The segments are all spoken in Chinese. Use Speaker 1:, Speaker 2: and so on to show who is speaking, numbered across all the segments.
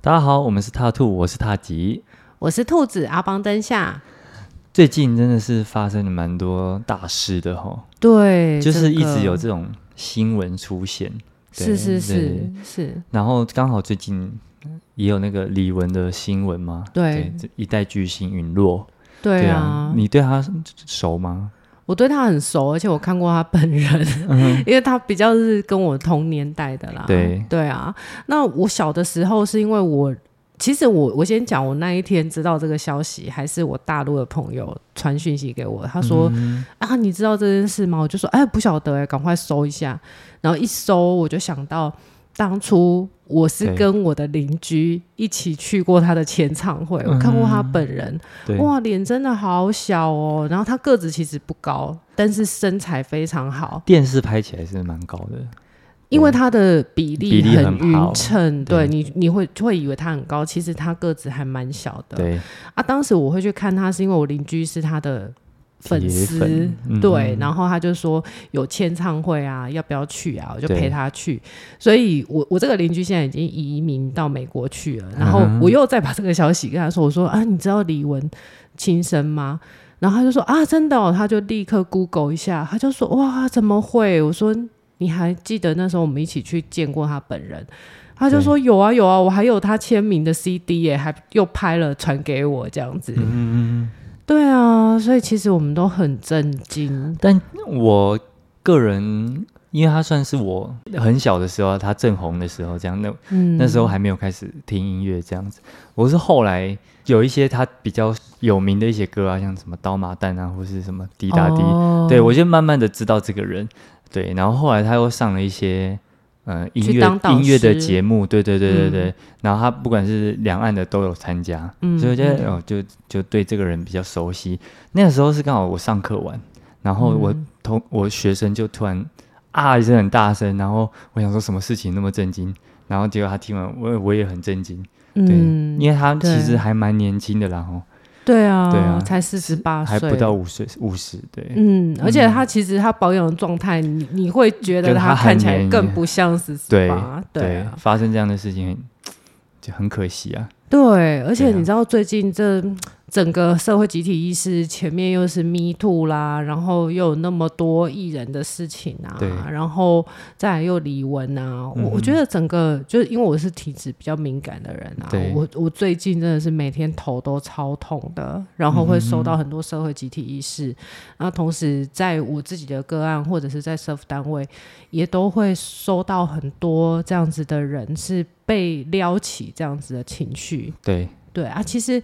Speaker 1: 大家好，我们是踏兔，我是踏吉。
Speaker 2: 我是兔子阿邦灯下，
Speaker 1: 最近真的是发生了蛮多大事的哈，
Speaker 2: 对
Speaker 1: 就是一直有这种新闻出现。对
Speaker 2: 是是
Speaker 1: 对
Speaker 2: 是是，
Speaker 1: 然后刚好最近也有那个李玟的新闻嘛，
Speaker 2: 对
Speaker 1: 这一代巨星陨落。
Speaker 2: 对
Speaker 1: 啊
Speaker 2: 啊，，
Speaker 1: 你对他熟吗？
Speaker 2: 我对他很熟，而且我看过他本人，
Speaker 1: 嗯
Speaker 2: 因为他比较是跟我同年代的啦。
Speaker 1: 对
Speaker 2: 对啊，那我小的时候是因为我，其实我我先讲，我那一天知道这个消息，还是我大陆的朋友传讯息给我，他说、
Speaker 1: 嗯
Speaker 2: 啊，你知道这件事吗？我就说哎，不晓得哎，赶快搜一下。然后一搜，我就想到当初我是
Speaker 1: 对
Speaker 2: 跟我的邻居一起去过他的前唱会，我看过他
Speaker 1: 嗯
Speaker 2: 本人，
Speaker 1: 对，
Speaker 2: 哇，脸真的好小哦。然后他个子其实不高，但是身材非常好，
Speaker 1: 电视拍起来是蛮高的。
Speaker 2: 因为他的比
Speaker 1: 比
Speaker 2: 例
Speaker 1: 例很好
Speaker 2: 匀称。
Speaker 1: 对
Speaker 2: 对你，你会会以为他很高，其实他个子还蛮小的。
Speaker 1: 对，
Speaker 2: 啊，当时我会去看他，是因为我邻居是他的粉丝，
Speaker 1: 铁粉嗯
Speaker 2: 对，然后他就说有签唱会啊，要不要去啊？我就
Speaker 1: 对
Speaker 2: 陪他去，所以我我这个邻居现在已经移民到美国去了，然后
Speaker 1: 嗯哼
Speaker 2: 我又再把这个消息跟他说，我说啊，你知道李玟亲生吗？然后他就说啊，真的、哦，他就立刻 Google 一下，他就说哇，怎么会？我说你还记得那时候我们一起去见过他本人？他就说有啊有啊，我还有他签名的 CD 耶，还又拍了传给我这样
Speaker 1: 嗯
Speaker 2: 子。对啊，所以其实我们都很震惊。
Speaker 1: 但我个人，因为他算是我很小的时候，他正红的时候，这样那
Speaker 2: 嗯，
Speaker 1: 那时候还没有开始听音乐这样子，我是后来有一些他比较有名的一些歌啊，像什么刀马旦啊，或是什么滴答滴，
Speaker 2: 哦
Speaker 1: 对我就慢慢的知道这个人，对，然后后来他又上了一些。呃，音
Speaker 2: 去
Speaker 1: 乐
Speaker 2: 当导
Speaker 1: 音乐的
Speaker 2: 师
Speaker 1: 节目，对对对对对，
Speaker 2: 嗯
Speaker 1: 然后他不管是两岸的都有参加，
Speaker 2: 嗯
Speaker 1: 所以我觉得
Speaker 2: 嗯
Speaker 1: 哦，就就对这个人比较熟悉。那个时候是刚好我上课完，然后我
Speaker 2: 嗯
Speaker 1: 同、我学生就突然啊一声很大声，然后我想说什么事情那么震惊，然后结果他听完我我也很震惊，对，
Speaker 2: 嗯，
Speaker 1: 因为他其实
Speaker 2: 对
Speaker 1: 还蛮年轻的啦，然
Speaker 2: 对啊，
Speaker 1: 对啊
Speaker 2: 才四十八
Speaker 1: 后
Speaker 2: 岁，
Speaker 1: 还不到。五岁五十，对，
Speaker 2: 嗯，而且他其实他保养的状态，你你会觉
Speaker 1: 就
Speaker 2: 得
Speaker 1: 他很
Speaker 2: 看起来
Speaker 1: 黏
Speaker 2: 更不像十
Speaker 1: 对
Speaker 2: 八，对啊，
Speaker 1: 发生这样的事情很就很可惜啊，
Speaker 2: 对，而且
Speaker 1: 对啊
Speaker 2: 你知道最近这嗯整个社会集体意识，前面又是 Me Too 啦，然后又有那么多艺人的事情啊
Speaker 1: 对，
Speaker 2: 然后再来又李玟啊，
Speaker 1: 嗯
Speaker 2: 我我觉得整个就是因为我是体质比较敏感的人啊
Speaker 1: 对，
Speaker 2: 我我最近真的是每天头都超痛的，然后会收到很多社会集体意识，那同时在我自己的个案或者是在社服单位，也都会收到很多这样子的人是被撩起这样子的情绪。
Speaker 1: 对，
Speaker 2: 对啊，其实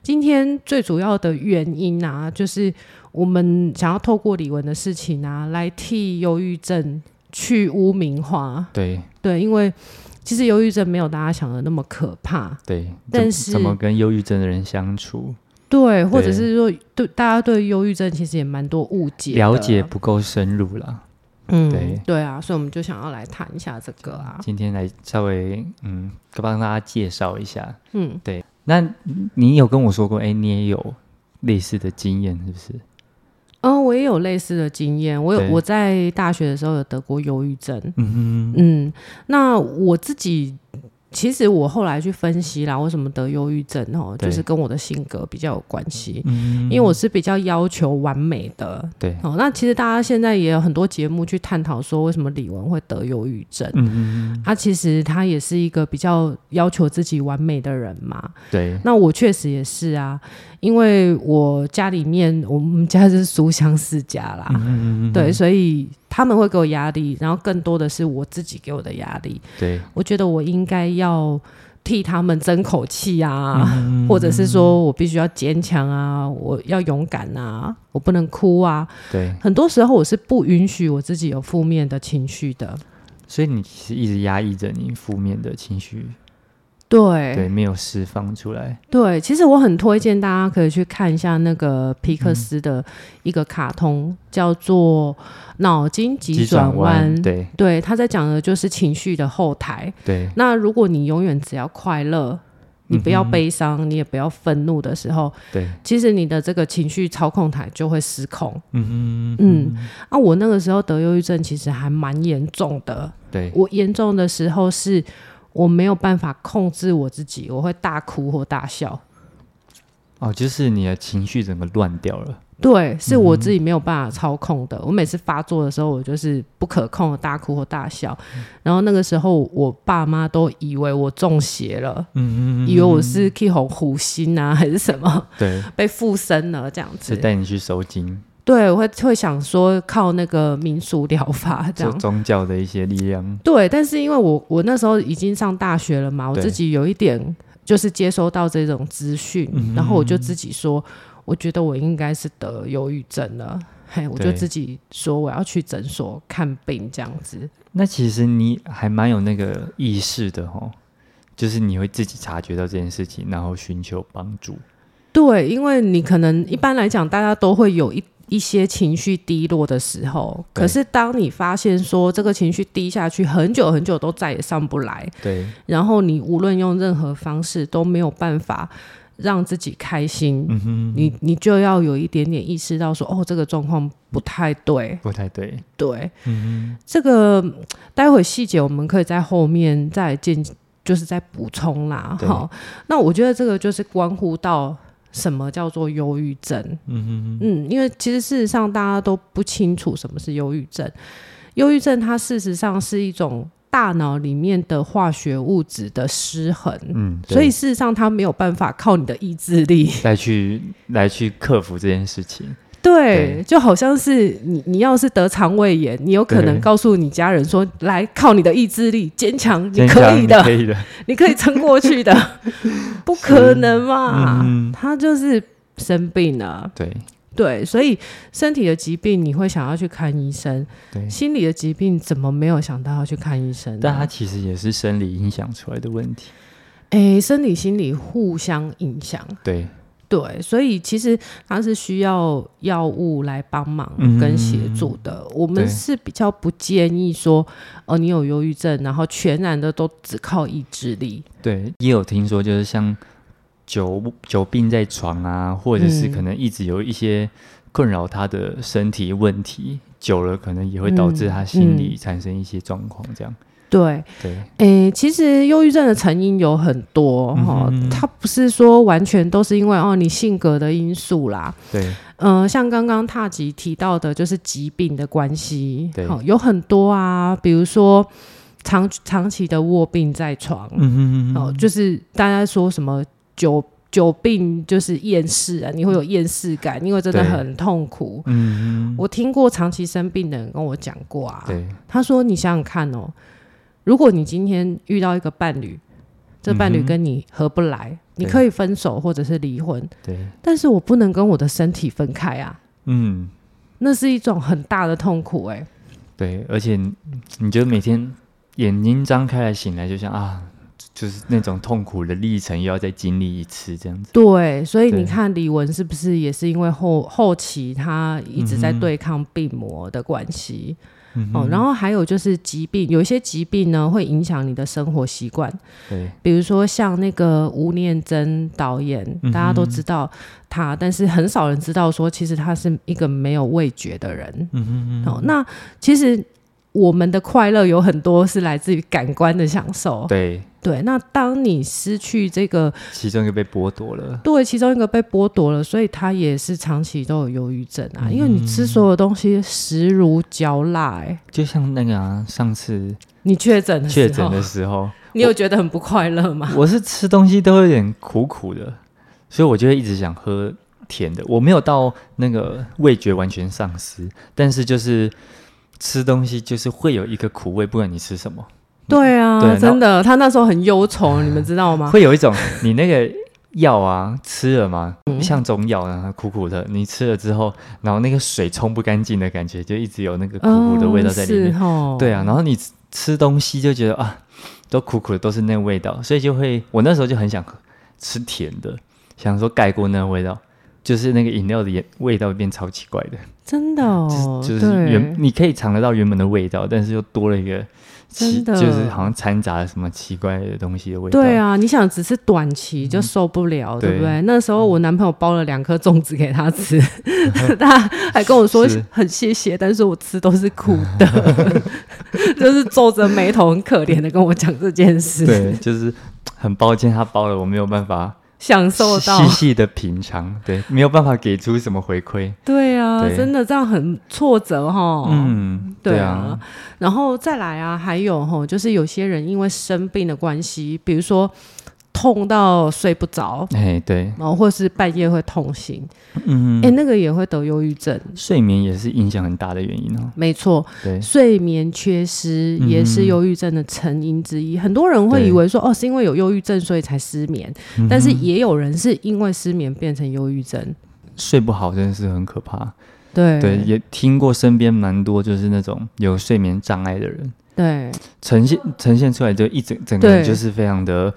Speaker 2: 今天最主要的原因啊，就是我们想要透过李玟的事情啊，来替忧郁症去污名化。
Speaker 1: 对
Speaker 2: 对，因为其实忧郁症没有大家想的那么可怕。
Speaker 1: 对，怎
Speaker 2: 但是
Speaker 1: 怎么跟忧郁症的人相处，
Speaker 2: 对，或者是说，对大家对忧郁症其实也蛮多误解的，
Speaker 1: 了解不够深入啦。
Speaker 2: 嗯，
Speaker 1: 对
Speaker 2: 对啊，所以我们就想要来谈一下这个啊，
Speaker 1: 今天来稍微嗯，帮大家介绍一下。
Speaker 2: 嗯，
Speaker 1: 那你你有跟我说过，哎、你也有类似的经验，是不是？
Speaker 2: 嗯，我也有类似的经验。我
Speaker 1: 对
Speaker 2: 有我在大学的时候有得过忧郁症。
Speaker 1: 嗯哼，
Speaker 2: 嗯，那我自己其实我后来去分析啦，为什么得忧郁症哦，
Speaker 1: 对
Speaker 2: 就是跟我的性格比较有关系。
Speaker 1: 嗯
Speaker 2: 因为我是比较要求完美的
Speaker 1: 对，
Speaker 2: 哦，那其实大家现在也有很多节目去探讨说，为什么李玟会得忧郁症？
Speaker 1: 嗯哼，
Speaker 2: 她、其实她也是一个比较要求自己完美的人嘛。
Speaker 1: 对，
Speaker 2: 那我确实也是啊，因为我家里面我们家是书香世家啦，
Speaker 1: 嗯
Speaker 2: 对，所以他们会给我压力，然后更多的是我自己给我的压力。
Speaker 1: 对，
Speaker 2: 我觉得我应该要替他们争口气
Speaker 1: 嗯
Speaker 2: 啊，或者是说我必须要坚强啊，我要勇敢啊，我不能哭啊。
Speaker 1: 对，
Speaker 2: 很多时候我是不允许我自己有负面的情绪的。
Speaker 1: 所以你其实一直压抑着你负面的情绪，
Speaker 2: 哎
Speaker 1: 对，没有释放出来。
Speaker 2: 对，其实我很推荐大家可以去看一下那个皮克斯的一个卡通，叫做《脑筋急转弯》。
Speaker 1: 对
Speaker 2: 对，他在讲的就是情绪的后台。
Speaker 1: 对
Speaker 2: 那如果你永远只要快乐，你不要悲伤，你也不要愤怒的时候，
Speaker 1: 对，
Speaker 2: 其实你的这个情绪操控台就会失控。
Speaker 1: 嗯哼，
Speaker 2: 嗯，啊，我那个时候得忧郁症其实还蛮严重的，
Speaker 1: 对，
Speaker 2: 我严重的时候是。我没有办法控制我自己，我会大哭或大笑。
Speaker 1: 哦，就是你的情绪整个乱掉了。
Speaker 2: 对，是我自己
Speaker 1: 嗯
Speaker 2: 没有办法操控的。我每次发作的时候，我就是不可控的大哭或大笑。然后那个时候，我爸妈都以为我中邪了，
Speaker 1: 嗯
Speaker 2: 以为我是去红虎心啊，还是什么
Speaker 1: 对，
Speaker 2: 被附身了这样
Speaker 1: 是
Speaker 2: 子。
Speaker 1: 带你去收金，
Speaker 2: 对，我会会想说靠那个民俗疗法这
Speaker 1: 就
Speaker 2: 样。
Speaker 1: 宗教的一些力量。
Speaker 2: 对，但是因为我我那时候已经上大学了嘛，我
Speaker 1: 对
Speaker 2: 自己有一点就是接收到这种资讯，
Speaker 1: 嗯
Speaker 2: 然后我就自己说，我觉得我应该是得忧郁症了。嘿，我就
Speaker 1: 对
Speaker 2: 自己说我要去诊所看病这样子。
Speaker 1: 那其实你还蛮有那个意识的哦，就是你会自己察觉到这件事情，然后寻求帮助。
Speaker 2: 对，因为你可能一般来讲，大家都会有一一些情绪低落的时候，
Speaker 1: 对
Speaker 2: 可是当你发现说这个情绪低下去很久很久都再也上不来，
Speaker 1: 对，
Speaker 2: 然后你无论用任何方式都没有办法让自己开心，
Speaker 1: 嗯哼，
Speaker 2: 你你就要有一点点意识到说，哦，这个状况不太对，
Speaker 1: 不太对。
Speaker 2: 对，
Speaker 1: 嗯
Speaker 2: 这个嗯待会细节我们可以在后面再进，就是再补充啦，
Speaker 1: 对
Speaker 2: 哈。那我觉得这个就是关乎到什么叫做忧郁症，
Speaker 1: 哼，嗯哼，
Speaker 2: 嗯，因为其实事实上大家都不清楚什么是忧郁症。忧郁症它事实上是一种大脑里面的化学物质的失衡，
Speaker 1: 嗯，对
Speaker 2: 所以事实上它没有办法靠你的意志力。
Speaker 1: 来去来去克服这件事情。
Speaker 2: 对，
Speaker 1: 对
Speaker 2: 就好像是你你要是得肠胃炎，你有可能
Speaker 1: 对
Speaker 2: 告诉你家人说：“来，靠你的意志力，坚强，你
Speaker 1: 坚
Speaker 2: 可
Speaker 1: 强
Speaker 2: 以
Speaker 1: 你
Speaker 2: 的，
Speaker 1: 可以的。
Speaker 2: 你可以撑过去的。” 不可能嘛，
Speaker 1: 嗯
Speaker 2: 他就是生病了。
Speaker 1: 对
Speaker 2: 对，所以身体的疾病你会想要去看医生，
Speaker 1: 对，
Speaker 2: 心理的疾病怎么没有想到要去看医生呢？
Speaker 1: 但它其实也是生理影响出来的问题。
Speaker 2: 诶，生理心理互相影响，
Speaker 1: 对，
Speaker 2: 对，所以其实它是需要药物来帮忙
Speaker 1: 嗯
Speaker 2: 跟协助的。我们
Speaker 1: 对
Speaker 2: 是比较不建议说，哦，你有忧郁症，然后全然的都只靠意志力。
Speaker 1: 对，也有听说，就是像久久病在床啊，或者是
Speaker 2: 嗯
Speaker 1: 可能一直有一些困扰他的身体问题，久了可能也会导致他心理产生一些状况，这样。
Speaker 2: 对，
Speaker 1: 对，
Speaker 2: 诶，其实忧郁症的成因有很多哈、
Speaker 1: 嗯哼
Speaker 2: 它不是说完全都是因为哦你性格的因素啦，
Speaker 1: 对，
Speaker 2: 呃，像刚刚踏吉提到的，就是疾病的关系，
Speaker 1: 对
Speaker 2: 好、有很多啊，比如说长长期的卧病在床，
Speaker 1: 嗯
Speaker 2: 哦、就是大家说什么久久病就是厌世啊，你会有厌世感，因为真的
Speaker 1: 对
Speaker 2: 很痛苦。
Speaker 1: 嗯，
Speaker 2: 我听过长期生病的人跟我讲过啊，
Speaker 1: 对，
Speaker 2: 他说你想想看哦，如果你今天遇到一个伴侣，这伴侣
Speaker 1: 嗯哼
Speaker 2: 跟你合不来，你
Speaker 1: 对
Speaker 2: 可以分手或者是离婚，
Speaker 1: 对，
Speaker 2: 但是我不能跟我的身体分开啊。
Speaker 1: 嗯，
Speaker 2: 那是一种很大的痛苦、哎，
Speaker 1: 对，而且你你觉得每天眼睛张开来醒来，就像啊，就是那种痛苦的历程，又要再经历一次这样子。
Speaker 2: 对，所以
Speaker 1: 对
Speaker 2: 你看李玟是不是也是因为后后期她一直在对抗病魔的关系、
Speaker 1: 嗯
Speaker 2: 哦，然后还有就是疾病，有一些疾病呢会影响你的生活习惯，
Speaker 1: 对，
Speaker 2: 比如说像那个吴念真导演，
Speaker 1: 嗯哼
Speaker 2: 大家都知道他，但是很少人知道说其实他是一个没有味觉的人。
Speaker 1: 嗯哼
Speaker 2: 哦，那其实我们的快乐有很多是来自于感官的享受，
Speaker 1: 对，
Speaker 2: 对，那当你失去这个
Speaker 1: 其中一个被剥夺了。
Speaker 2: 对其中一个被剥夺了，所以他也是长期都有忧郁症啊。因为你
Speaker 1: 嗯
Speaker 2: 吃所有东西食如嚼蜡、欸，
Speaker 1: 就像那个啊，上次
Speaker 2: 你确诊的时候
Speaker 1: 确
Speaker 2: 啊
Speaker 1: 诊的时 候，
Speaker 2: 你有觉得很不快乐吗？
Speaker 1: 我是吃东西都有点苦苦的，所以我就会一直想喝甜的。我没有到那个味觉完全丧失，但是就是吃东西就是会有一个苦味，不管你吃什么，
Speaker 2: 对啊，
Speaker 1: 对然后
Speaker 2: 真的，他那时候很忧愁，你们知道吗？
Speaker 1: 会有一种你那个药啊吃了嘛，
Speaker 2: 嗯
Speaker 1: 像中药啊苦苦的，你吃了之后，然后那个水冲不干净的感觉，就一直有那个苦苦的味道在里面。
Speaker 2: 嗯、是哦
Speaker 1: 对啊，然后你吃吃东西就觉得啊，都苦苦的，都是那味道，所以就会，我那时候就很想喝吃甜的，想说盖过那个味道，就是那个饮料的也味道变超奇怪的。
Speaker 2: 真的哦，
Speaker 1: 就是
Speaker 2: 对
Speaker 1: 原啊你可以尝得到原本的味道，但是又多了一个奇，
Speaker 2: 真的
Speaker 1: 就是好像掺杂了什么奇怪的东西的味道。
Speaker 2: 对，啊，你想只是短期就受不了，对
Speaker 1: 嗯
Speaker 2: 不
Speaker 1: 对嗯
Speaker 2: 对？那时候我男朋友包了两颗粽子给 他吃，他还跟我说
Speaker 1: 是
Speaker 2: 很谢谢，但是我吃都是苦 的，就是皱着眉头很可怜的跟我讲这件事，
Speaker 1: 对，就是很抱歉，他包了，我没有办法
Speaker 2: 享受到
Speaker 1: 细细的品尝，对，没有办法给出什么回馈。
Speaker 2: 对啊，
Speaker 1: 对
Speaker 2: 真的这样很挫折哈。
Speaker 1: 嗯，
Speaker 2: 对啊
Speaker 1: 啊，，
Speaker 2: 然后再来啊，还有吼，就是有些人因为生病的关系，比如说痛到睡不着，
Speaker 1: 哎，对，
Speaker 2: 然后或是半夜会痛醒，
Speaker 1: 嗯
Speaker 2: 哎、，那个也会得忧郁症。
Speaker 1: 睡眠也是影响很大的原因哦。
Speaker 2: 没错，
Speaker 1: 对，
Speaker 2: 睡眠缺失也是忧郁症的成因之
Speaker 1: 嗯
Speaker 2: 一。很多人会
Speaker 1: 对
Speaker 2: 以为说，哦，是因为有忧郁症所以才失眠，
Speaker 1: 嗯
Speaker 2: 但是也有人是因为失眠变成忧郁症。
Speaker 1: 睡不好真的是很可怕。
Speaker 2: 对
Speaker 1: 对，也听过身边蛮多就是那种有睡眠障碍的人，
Speaker 2: 对
Speaker 1: 呈现呈现出来就一整整个人
Speaker 2: 对
Speaker 1: 就是非常的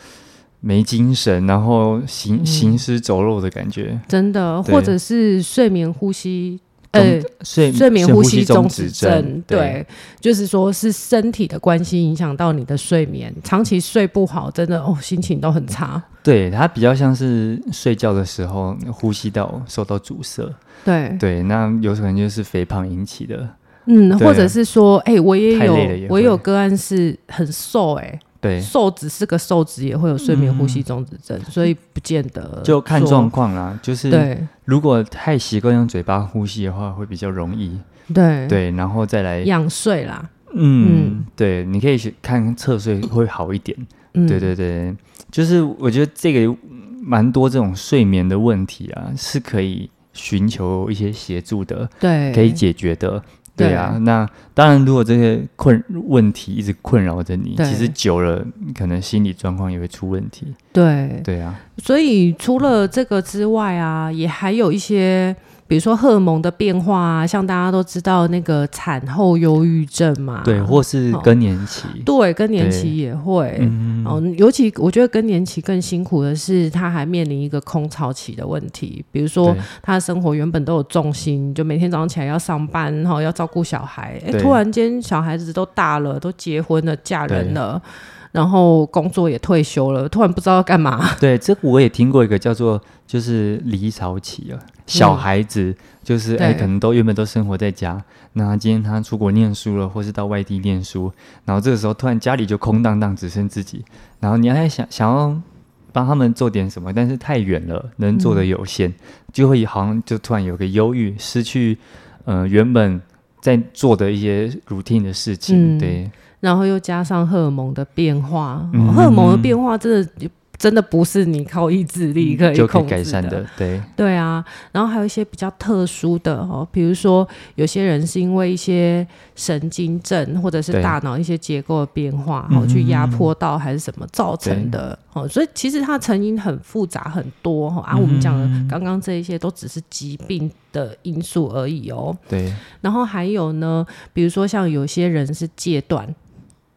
Speaker 1: 没精神，然后行
Speaker 2: 嗯
Speaker 1: 行尸走肉的感觉。
Speaker 2: 真的，
Speaker 1: 对
Speaker 2: 或者是睡眠呼吸。
Speaker 1: 中
Speaker 2: 呃，
Speaker 1: 睡
Speaker 2: 睡眠呼
Speaker 1: 呼
Speaker 2: 吸
Speaker 1: 中
Speaker 2: 中
Speaker 1: 止
Speaker 2: 止症，对，就是说是身体的关系影响到你的睡眠，长期睡不好，真的哦，心情都很差。
Speaker 1: 对，它比较像是睡觉的时候呼吸道受到阻塞。
Speaker 2: 对，
Speaker 1: 对，那有可能就是肥胖引起的。
Speaker 2: 嗯，
Speaker 1: 对啊
Speaker 2: 或者是说，哎、我也
Speaker 1: 太
Speaker 2: 有
Speaker 1: 累了也，会
Speaker 2: 我也有个案是很瘦、哎，
Speaker 1: 对，嗯
Speaker 2: 瘦只是个瘦子也会有睡眠呼吸中止症，所以不见得
Speaker 1: 就看
Speaker 2: 说
Speaker 1: 状况啦。就是
Speaker 2: 对
Speaker 1: 如果太习惯用嘴巴呼吸的话，会比较容易。
Speaker 2: 对，
Speaker 1: 对，然后再来，
Speaker 2: 仰睡啦，
Speaker 1: 嗯
Speaker 2: 嗯，
Speaker 1: 对，你可以去看侧睡会好一点。
Speaker 2: 嗯，
Speaker 1: 对对对，就是我觉得这个嗯蛮多这种睡眠的问题啊，是可以寻求一些协助的，
Speaker 2: 对，
Speaker 1: 可以解决的。对啊，
Speaker 2: 对
Speaker 1: 那当然，如果这些困问题一直困扰着你，
Speaker 2: 对
Speaker 1: 其实久了，可能心理状况也会出问题。
Speaker 2: 对，
Speaker 1: 对啊，
Speaker 2: 所以除了这个之外啊，也还有一些。比如说荷尔蒙的变化啊，像大家都知道那个产后忧郁症嘛，
Speaker 1: 对，或是
Speaker 2: 哦
Speaker 1: 更年期，
Speaker 2: 对更年
Speaker 1: 对
Speaker 2: 期也会，
Speaker 1: 嗯，
Speaker 2: 哦，尤其我觉得更年期更辛苦的是，他还面临一个空巢期的问题，比如说
Speaker 1: 对
Speaker 2: 他的生活原本都有重心，就每天早上起来要上班，然后要照顾小孩，哎，
Speaker 1: 对
Speaker 2: 突然间小孩子都大了，都结婚了，嫁人了。然后工作也退休了，突然不知道要干嘛。
Speaker 1: 对，这个我也听过一个叫做就是离巢期啊，小孩子就是哎、
Speaker 2: 嗯对
Speaker 1: 可能都原本都生活在家，那今天他出国念书了，或是到外地念书，然后这个时候突然家里就空荡荡，只剩自己，然后你还想想要帮他们做点什么，但是太远了，能做
Speaker 2: 嗯
Speaker 1: 的有限，就会好像就突然有个忧郁，失去呃原本在做的一些 routine 的事情，
Speaker 2: 嗯
Speaker 1: 对
Speaker 2: 然后又加上荷尔蒙的变化，
Speaker 1: 嗯
Speaker 2: 荷尔蒙的变化真的真的不是你靠意志力可
Speaker 1: 嗯
Speaker 2: 以
Speaker 1: 就可
Speaker 2: 控
Speaker 1: 以
Speaker 2: 制
Speaker 1: 改善
Speaker 2: 的。
Speaker 1: 的，对，
Speaker 2: 对啊，然后还有一些比较特殊的哦，比如说有些人是因为一些神经症或者是
Speaker 1: 对嗯
Speaker 2: 大脑一些结构的变化，哦，去压迫到还是什么造成的哦，所以其实它成因很复杂很多哦啊，我们讲
Speaker 1: 嗯
Speaker 2: 的刚刚这一些都只是疾病的因素而已哦。
Speaker 1: 对，
Speaker 2: 然后还有呢，比如说像有些人是戒断，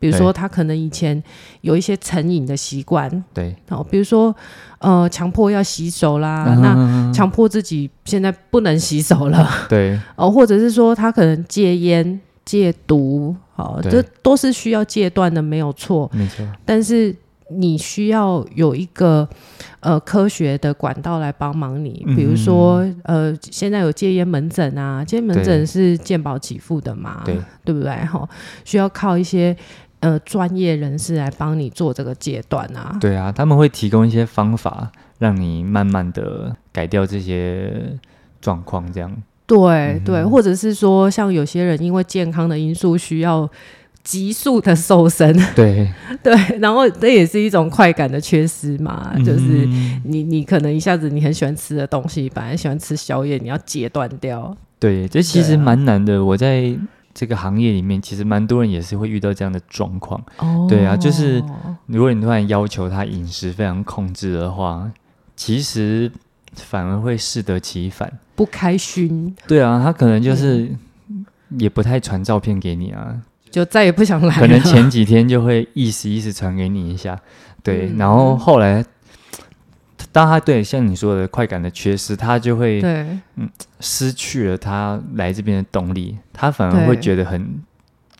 Speaker 2: 比如
Speaker 1: 对
Speaker 2: 说他可能以前有一些成瘾的习惯
Speaker 1: 对，
Speaker 2: 哦，比如说呃强迫要洗手啦，
Speaker 1: 嗯
Speaker 2: 那
Speaker 1: 那
Speaker 2: 强迫自己现在不能洗手了，
Speaker 1: 对。
Speaker 2: 哦，或者是说他可能戒烟、戒毒，哦，
Speaker 1: 对
Speaker 2: 这都是需要戒断的，没有错。
Speaker 1: 没错，
Speaker 2: 但是你需要有一个呃科学的管道来帮忙你，
Speaker 1: 嗯
Speaker 2: 比如说呃，现在有戒烟门诊啊，戒烟门诊是健保给付的嘛，
Speaker 1: 对
Speaker 2: 不对？哈、需要靠一些呃专业人士来帮你做这个戒断啊，
Speaker 1: 对啊，他们会提供一些方法，让你慢慢的改掉这些状况，这 样。嗯
Speaker 2: 对对，或者是说，像有些人因为健康的因素需要急速的瘦身，
Speaker 1: 对，
Speaker 2: 对，然后这也是一种快感的缺失
Speaker 1: 啊
Speaker 2: 嘛，就是。
Speaker 1: 嗯
Speaker 2: 你你可能一下子你很喜欢吃的东西，本来喜欢吃宵夜，你要截断掉。
Speaker 1: 对，这其实
Speaker 2: 对啊
Speaker 1: 蛮难的。我在这个行业里面，其实蛮多人也是会遇到这样的状况。
Speaker 2: 哦
Speaker 1: 对啊就是如果你突然要求他饮食非常控制的话，其实反而会适得其反。
Speaker 2: 不开心，
Speaker 1: 对啊，他可能就是。嗯也不太传照片给你啊，
Speaker 2: 就再也不想来了。
Speaker 1: 可能前 几天就会意思意思传给你一下，对，
Speaker 2: 嗯
Speaker 1: 然后后来当他对像你说的快感的缺失，他就会
Speaker 2: 对
Speaker 1: 失去了他来这边的动力，他反而会
Speaker 2: 对
Speaker 1: 觉得很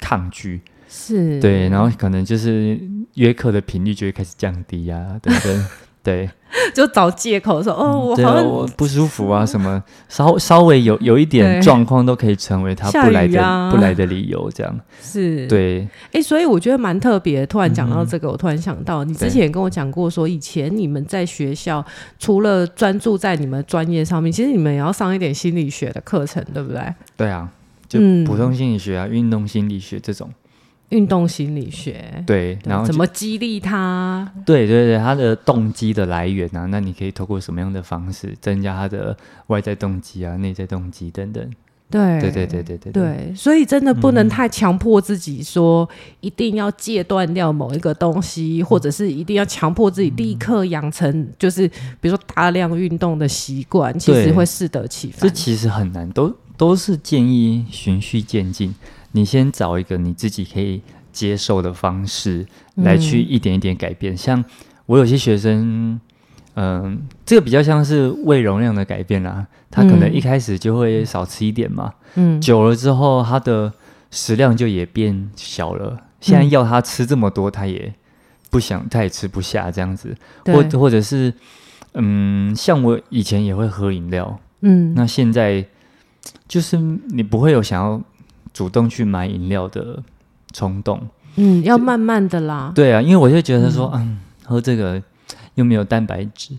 Speaker 1: 抗拒。
Speaker 2: 是，
Speaker 1: 对，然后可能就是约课的频率就会开始降低 啊，等等，对，
Speaker 2: 就找借口说哦，我
Speaker 1: 对
Speaker 2: 好
Speaker 1: 啊，
Speaker 2: 像
Speaker 1: 我不舒服啊，什么稍稍微有有一点
Speaker 2: 对
Speaker 1: 状况都可以成为他
Speaker 2: 下
Speaker 1: 不来
Speaker 2: 雨
Speaker 1: 的、
Speaker 2: 啊
Speaker 1: 不来的理由，这样，
Speaker 2: 是，
Speaker 1: 对，嗯
Speaker 2: 哎、所以我觉得蛮特别。突然讲到这个，我突然想到，你之
Speaker 1: 对
Speaker 2: 前也跟我讲过说，以前你们在学校除了专注在你们专业上面，其实你们也要上一点心理学的课程，对不对？
Speaker 1: 对啊，就
Speaker 2: 嗯
Speaker 1: 普通心理学啊、运动心理学这种，
Speaker 2: 运动心理学，
Speaker 1: 对，
Speaker 2: 对
Speaker 1: 然后
Speaker 2: 怎
Speaker 1: 就
Speaker 2: 么激励他？
Speaker 1: 对对对，他的动机的来源啊，那你可以透过什么样的方式增加他的外在动机啊、内在动机等等，
Speaker 2: 对，
Speaker 1: 对对对对对嗯对
Speaker 2: 对，所以真的不能太强迫自己说一定要戒断掉某一个东
Speaker 1: 嗯
Speaker 2: 西，或者是一定要强迫自己立刻养成，就是比如说大量运动的习惯，其实
Speaker 1: 对
Speaker 2: 会适得其
Speaker 1: 这
Speaker 2: 反。
Speaker 1: 其实很难，都都是建议循序渐进。你先找一个你自己可以接受的方式，
Speaker 2: 嗯
Speaker 1: 来去一点一点改变。像我有些学生，嗯、这个比较像是胃容量的改变啦。他可能
Speaker 2: 嗯
Speaker 1: 一开始就会少吃一点嘛，
Speaker 2: 嗯，
Speaker 1: 久了之后他的食量就也变小了。现在
Speaker 2: 嗯
Speaker 1: 要他吃这么多，他也不想，他也吃不下这样子，
Speaker 2: 对
Speaker 1: 或或者是，嗯，像我以前也会喝饮料，
Speaker 2: 嗯，
Speaker 1: 那现在就是你不会有想要主动去买饮料的冲动，
Speaker 2: 嗯，要慢慢的啦。
Speaker 1: 对啊，因为我就觉得说，嗯，喝这个又没有蛋白质，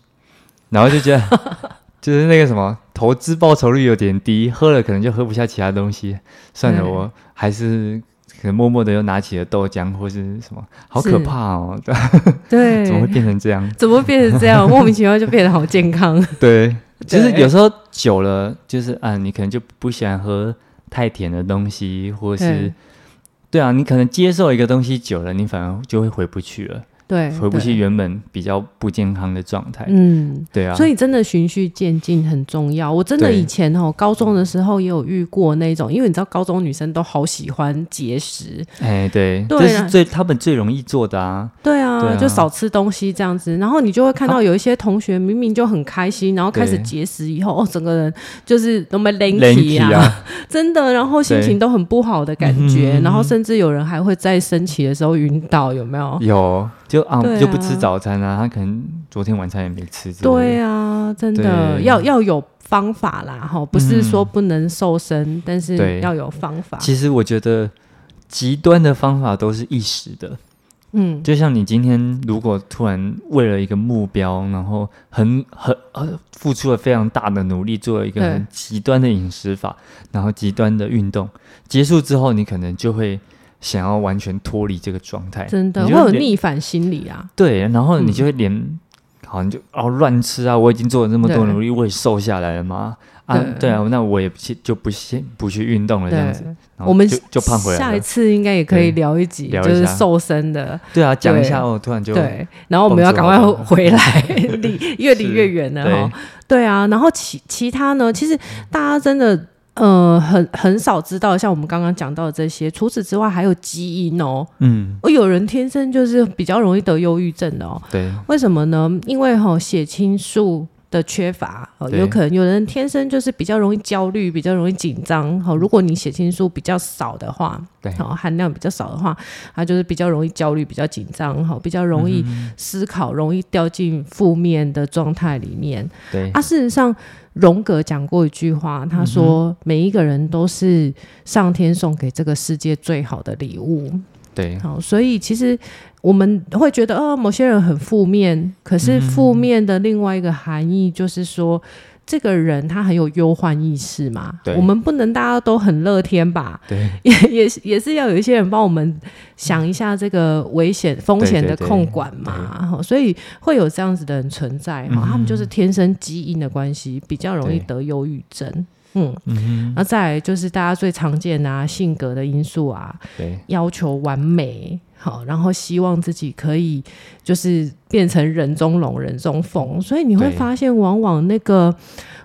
Speaker 1: 然后就觉得 就是那个什么投资报酬率有点低，喝了可能就喝不下其他东西，算了，
Speaker 2: 对
Speaker 1: 我还是。可能默默的又拿起了豆浆或是什么，好
Speaker 2: 是
Speaker 1: 可怕哦！
Speaker 2: 对，
Speaker 1: 怎么会变成这样？
Speaker 2: 怎么变成这 样？莫名其妙就变得好健康。
Speaker 1: 对， 其实
Speaker 2: 对
Speaker 1: 有时候久了，就是啊，你可能就不喜欢喝太甜的东西，或是
Speaker 2: 对
Speaker 1: 对啊，你可能接受一个东西久了，你反而就会回不去了，
Speaker 2: 对，
Speaker 1: 回不去
Speaker 2: 对。
Speaker 1: 原本比较不健康的状态。
Speaker 2: 嗯，
Speaker 1: 对啊，
Speaker 2: 所以真的循序渐进很重要。我真的
Speaker 1: 对
Speaker 2: 以前哦，高中的时候也有遇过那种，因为你知道高中女生都好喜欢节食，
Speaker 1: 哎，对，
Speaker 2: 对
Speaker 1: 这是
Speaker 2: 啊
Speaker 1: 最他们最容易做的啊。
Speaker 2: 对啊，
Speaker 1: 对啊
Speaker 2: 就少吃东西这样子，然后你就会看到有一些同学明明就很开心，然后开始
Speaker 1: 对
Speaker 2: 节食以后，哦，整个人就是都没 l
Speaker 1: 人
Speaker 2: a
Speaker 1: 体
Speaker 2: 啊，
Speaker 1: 啊，
Speaker 2: 真的，然后心情都很不好的感
Speaker 1: 嗯
Speaker 2: 觉，
Speaker 1: 哼
Speaker 2: 然后甚至有人还会在升旗的时候晕倒，有没有？
Speaker 1: 有就啊
Speaker 2: 对啊
Speaker 1: 就不吃早餐啊，他可能昨天晚餐也没吃。
Speaker 2: 对
Speaker 1: 啊，
Speaker 2: 啊，真的
Speaker 1: 对嗯
Speaker 2: 要要有方法啦，哈，不是说不能瘦身，但是
Speaker 1: 对
Speaker 2: 要有方法。
Speaker 1: 其实我觉得极端的方法都是一时的，
Speaker 2: 嗯，
Speaker 1: 就像你今天如果突然为了一个目标，然后很很呃付出了非常大的努力，做了一个
Speaker 2: 对
Speaker 1: 很极端的饮食法，然后极端的运动，结束之后，你可能就会想要完全脱离这个状态，
Speaker 2: 真的
Speaker 1: 你
Speaker 2: 会
Speaker 1: 就
Speaker 2: 有
Speaker 1: 连
Speaker 2: 逆反心理啊。
Speaker 1: 对，然后你
Speaker 2: 嗯
Speaker 1: 就会连、好你就哦乱吃啊，我已经做了那么多
Speaker 2: 对
Speaker 1: 努力，我也瘦下来了嘛。啊，
Speaker 2: 对
Speaker 1: 对啊，那我也不去就不先不去运动了，这样子，
Speaker 2: 对，
Speaker 1: 然后
Speaker 2: 我们
Speaker 1: 就就胖回来
Speaker 2: 下一
Speaker 1: 了。
Speaker 2: 次应该也可以
Speaker 1: 对
Speaker 2: 聊一集，
Speaker 1: 聊一
Speaker 2: 就是
Speaker 1: 下
Speaker 2: 瘦身的。
Speaker 1: 对啊，讲一
Speaker 2: 对
Speaker 1: 下哦，突然就
Speaker 2: 对，然后我们要赶快
Speaker 1: 蹦出来
Speaker 2: 回来，离越离越远了
Speaker 1: 对
Speaker 2: 哈。对啊，然后其其他呢，其实大家真的。呃，很很少知道，像我们刚刚讲到的这些。除此之外，还有基因哦。
Speaker 1: 嗯，
Speaker 2: 而有人天生就是比较容易得忧郁症的哦。
Speaker 1: 对，
Speaker 2: 为什么呢？因为哈、血清素的缺乏，哦，
Speaker 1: 对
Speaker 2: 有可能有人天生就是比较容易焦虑，比较容易紧张。好、如果你血清素比较少的话，
Speaker 1: 嗯对
Speaker 2: 好、含量比较少的话，它就是比较容易焦虑，比较紧张，哦好、比较容
Speaker 1: 嗯
Speaker 2: 易思考，容易掉进负面的状态里面。
Speaker 1: 对
Speaker 2: 啊，事实上，荣格讲过一句话，他说、
Speaker 1: 嗯
Speaker 2: 每一个人都是上天送给这个世界最好的礼物。
Speaker 1: 对，
Speaker 2: 好，所以其实我们会觉得，哦，某些人很负面，可
Speaker 1: 嗯
Speaker 2: 是负面的另外一个含义就是说，这个人他很有忧患意识嘛。
Speaker 1: 对
Speaker 2: 我们不能大家都很乐天吧，
Speaker 1: 对，
Speaker 2: 也也是也是要有一些人帮我们想一下这个危险风险的控管嘛。好所以会有这样子的人存在哈，他们就是天生基因的关系，比较容易
Speaker 1: 嗯对
Speaker 2: 得忧郁症。嗯，
Speaker 1: 嗯哼，
Speaker 2: 那再来就是大家最常见的啊，性格的因素啊，
Speaker 1: 对，
Speaker 2: 要求完美，好，然后希望自己可以就是变成人中龙、人中凤，所以你会
Speaker 1: 对
Speaker 2: 发现，往往那个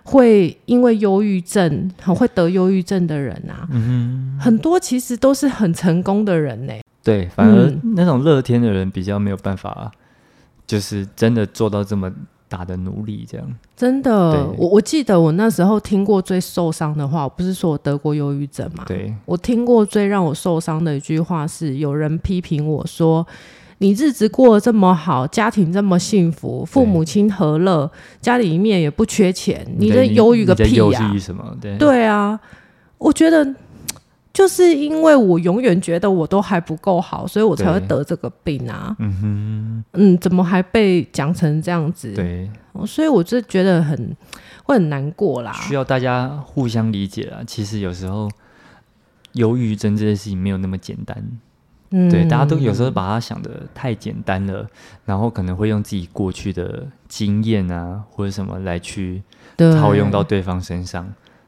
Speaker 2: 会因为忧郁症，好会得忧郁症的人啊，
Speaker 1: 嗯
Speaker 2: 很多其实都是很成功的人呢、
Speaker 1: 哼，对，反而
Speaker 2: 嗯
Speaker 1: 那种乐天的人比较没有办法，就是真的做到这么打的奴隶这样。
Speaker 2: 真的，
Speaker 1: 对
Speaker 2: 我我记得我那时候听过最受伤的话，我不是说我得过忧郁症嘛？
Speaker 1: 对，
Speaker 2: 我听过最让我受伤的一句话是，有人批评我说：“你日子过得这么好，家庭这么幸福，父母亲和乐，家里面也不缺钱，你这
Speaker 1: 在
Speaker 2: 忧郁个屁
Speaker 1: 忧
Speaker 2: 呀、
Speaker 1: 郁什么？对，
Speaker 2: 对啊，我觉得就是因为我永远觉得我都还不够好，所以我才会
Speaker 1: 对
Speaker 2: 得这个病啊。
Speaker 1: 嗯
Speaker 2: 嗯，怎么还被讲成这样子？
Speaker 1: 哼，对，
Speaker 2: 哦，所以我就觉得很会很难过啦。
Speaker 1: 需要大家互相理解啊。其实有时候忧郁症这件事情没有那么简单，
Speaker 2: 嗯
Speaker 1: 对，大家都有时候把它想的太简单了，然后可能会用自己过去的经验啊或者什么来去
Speaker 2: 对
Speaker 1: 套用到对方身上，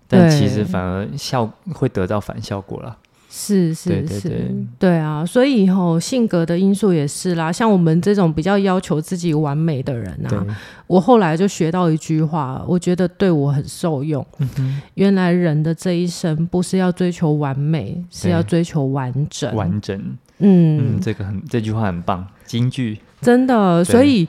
Speaker 1: 但
Speaker 2: 对
Speaker 1: 其实反而效会得到反效果啦。
Speaker 2: 是
Speaker 1: 对
Speaker 2: 是
Speaker 1: 对
Speaker 2: 是，
Speaker 1: 对
Speaker 2: 对啊，所以吼、性格的因素也是啦。像我们这种比较要求自己完美的人
Speaker 1: 对
Speaker 2: 啊，，我后来就学到一句话，我觉得对我很受用。
Speaker 1: 嗯
Speaker 2: 原来人的这一生不是要追求完美，是
Speaker 1: 对
Speaker 2: 要追求完整。
Speaker 1: 完整，
Speaker 2: 嗯，
Speaker 1: 嗯，这个很这句话很棒，京剧，
Speaker 2: 真的，
Speaker 1: 对
Speaker 2: 所以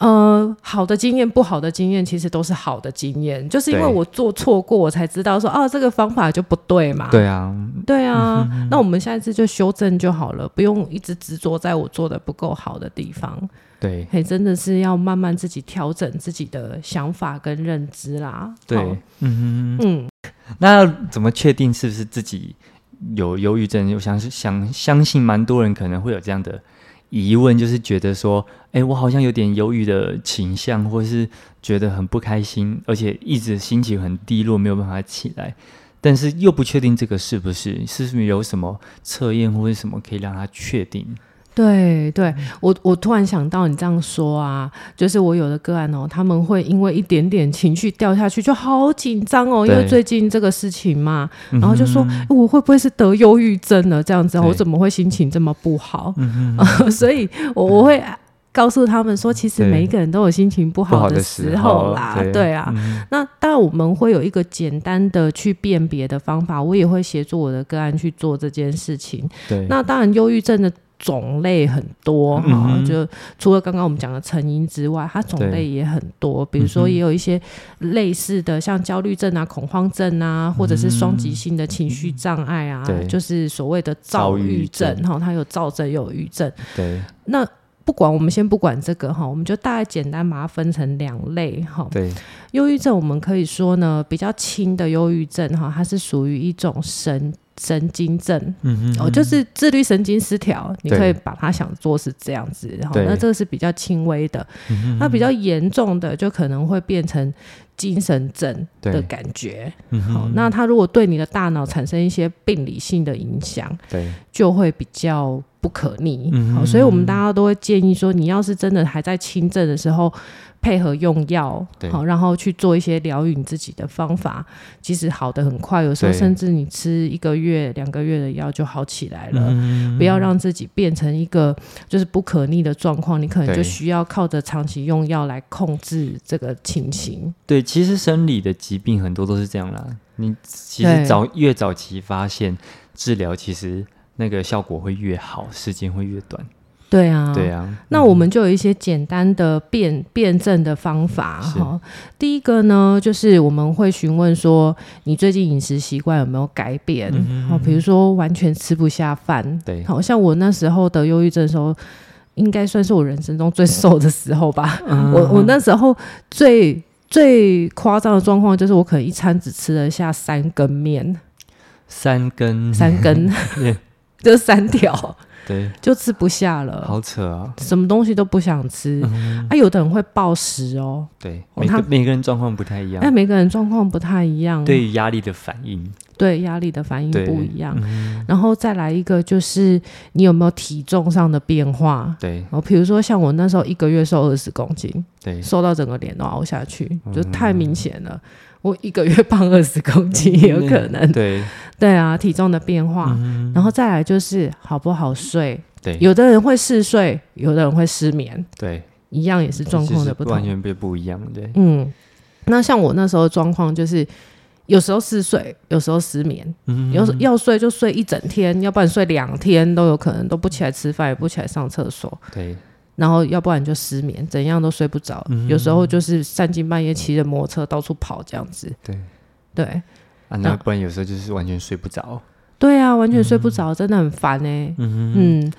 Speaker 2: 呃，好的经验、不好的经验，其实都是好的经验，就是因为
Speaker 1: 对
Speaker 2: 我做错过，我才知道说，哦，这个方法就不对嘛。
Speaker 1: 对啊，
Speaker 2: 对啊，那我们下一次就修正就好了，不用一直执着在我做的不够好的地方。
Speaker 1: 对
Speaker 2: 嘿，真的是要慢慢自己调整自己的想法跟认知啦。
Speaker 1: 对
Speaker 2: 好，
Speaker 1: 嗯哼。
Speaker 2: 嗯，
Speaker 1: 那怎么确定是不是自己有忧郁症？我想是想相信蛮多人可能会有这样的疑问，就是觉得说，哎、我好像有点忧郁的倾向，或是觉得很不开心，而且一直心情很低落，没有办法起来。但是又不确定这个是不是，是不是有什么测验或者什么可以让他确定？
Speaker 2: 对对，
Speaker 1: 嗯
Speaker 2: 我我突然想到你这样说啊，就是我有的个案哦，他们会因为一点点情绪掉下去就好紧张哦，因为
Speaker 1: 对
Speaker 2: 最近这个事情嘛，
Speaker 1: 嗯
Speaker 2: 然后就说、诶我会不会是得忧郁症了？这样子哦，
Speaker 1: 对
Speaker 2: 我怎么会心情这么不好？
Speaker 1: 嗯
Speaker 2: 所以我我会。告诉他们说，其实
Speaker 1: 对
Speaker 2: 每一个人都有心情不
Speaker 1: 不
Speaker 2: 好
Speaker 1: 好
Speaker 2: 的
Speaker 1: 的
Speaker 2: 时
Speaker 1: 时
Speaker 2: 候
Speaker 1: 候
Speaker 2: 啦，
Speaker 1: 对嗯
Speaker 2: 对啊，那当然我们会有一个简单的去辨别的方法，我也会协助我的个案去做这件事情。
Speaker 1: 对，
Speaker 2: 那当然，忧郁症的种类很多哈、
Speaker 1: 嗯哼
Speaker 2: 就除了刚刚我们讲的成因之外，它种类
Speaker 1: 对嗯
Speaker 2: 也很多。比如说，也有一些类似的，像焦虑症啊、恐慌症啊，或者是双极性的情绪障碍啊，
Speaker 1: 嗯对
Speaker 2: 就是所谓的躁
Speaker 1: 躁
Speaker 2: 郁
Speaker 1: 郁
Speaker 2: 症
Speaker 1: 症
Speaker 2: 哈、它有躁症，也有郁症。
Speaker 1: 对
Speaker 2: 那不管我们先不管这个哈，我们就大概简单把它分成两类哈。
Speaker 1: 对
Speaker 2: 忧郁症我们可以说呢，比较轻的忧郁症哈，它是属于一种神神经症，
Speaker 1: 嗯
Speaker 2: 哦，就是自律神经失调，你
Speaker 1: 对
Speaker 2: 可以把它想做是这样子，哈，
Speaker 1: 对嗯
Speaker 2: 那这个是比较轻微的，那比较严重的就可能会变成精神症的
Speaker 1: 对
Speaker 2: 感觉，
Speaker 1: 嗯哼
Speaker 2: 好，那它如果对你的大脑产生一些病理性的影响，
Speaker 1: 对
Speaker 2: 就会比较不可逆，
Speaker 1: 嗯
Speaker 2: 好，所以我们大家都会建议说，你要是真的还在轻症的时候，配合用药，
Speaker 1: 对
Speaker 2: 好，然后去做一些疗愈你自己的方法，其实好的很快，有时候
Speaker 1: 对
Speaker 2: 甚至你吃一个月、两个月的药就好起来了。
Speaker 1: 嗯
Speaker 2: 不要让自己变成一个就是不可逆的状况，你可能就
Speaker 1: 对
Speaker 2: 需要靠着长期用药来控制这个情形。
Speaker 1: 对，其实生理的疾病很多都是这样啦。你其
Speaker 2: 对
Speaker 1: 实早越早期发现治疗，其实那个效果会越好，时间会越短。
Speaker 2: 对啊，
Speaker 1: 对啊，
Speaker 2: 那我们就有一些简单的辨辨证的方法
Speaker 1: 是
Speaker 2: 哈。第一个呢，就是我们会询问说，你最近饮食习惯有没有改变？
Speaker 1: 嗯
Speaker 2: 好、比如说完全吃不下饭，
Speaker 1: 对
Speaker 2: 好像我那时候得忧郁症的时候，应该算是我人生中最瘦的时 候吧。
Speaker 1: 啊
Speaker 2: 我我那时候最最夸张的状况就是，我可能一餐只吃得下三根面，
Speaker 1: 三根，
Speaker 2: 三根
Speaker 1: Yeah，
Speaker 2: 就三条，
Speaker 1: 对，
Speaker 2: 就吃不下了。
Speaker 1: 好扯啊。
Speaker 2: 什么东西都不想吃。
Speaker 1: 嗯
Speaker 2: 啊，有的人会暴食哦，
Speaker 1: 对，
Speaker 2: 哦
Speaker 1: 每
Speaker 2: 他
Speaker 1: 个每个人状况不太一样
Speaker 2: 但，每个人状况不太一样，
Speaker 1: 对于压力的反应，
Speaker 2: 对压力的反应
Speaker 1: 对
Speaker 2: 不一样。
Speaker 1: 嗯
Speaker 2: 然后再来一个就是你有没有体重上的变化？
Speaker 1: 对
Speaker 2: 哦，比如说像我那时候一个月瘦二十公斤，
Speaker 1: 对
Speaker 2: 瘦到整个脸都凹下去，
Speaker 1: 嗯
Speaker 2: 就太明显了。我一个月胖二十公斤
Speaker 1: 嗯
Speaker 2: 也 有可能，
Speaker 1: 对
Speaker 2: 对啊，体重的变化。然后再来就是好不好睡，
Speaker 1: 嗯对
Speaker 2: 有的人会嗜睡，有的人会失眠，
Speaker 1: 对，
Speaker 2: 一样也是状况
Speaker 1: 其
Speaker 2: 的
Speaker 1: 实
Speaker 2: 不同
Speaker 1: 完。全不不一样，对
Speaker 2: 嗯，那像我那时候状况就是，有时候嗜睡，有时候失眠，有时要睡就睡一整天，要不然睡两天都有可能，都不起来吃饭，也不起来上厕所。
Speaker 1: 对
Speaker 2: 然后要不然就失眠，怎样都睡不着，有时候就是三更半夜骑着摩托车到处跑这样子。
Speaker 1: 对
Speaker 2: 对
Speaker 1: 啊，那不然有时候就是完全睡不着。
Speaker 2: 对啊，完全睡不着，真的很烦哎、嗯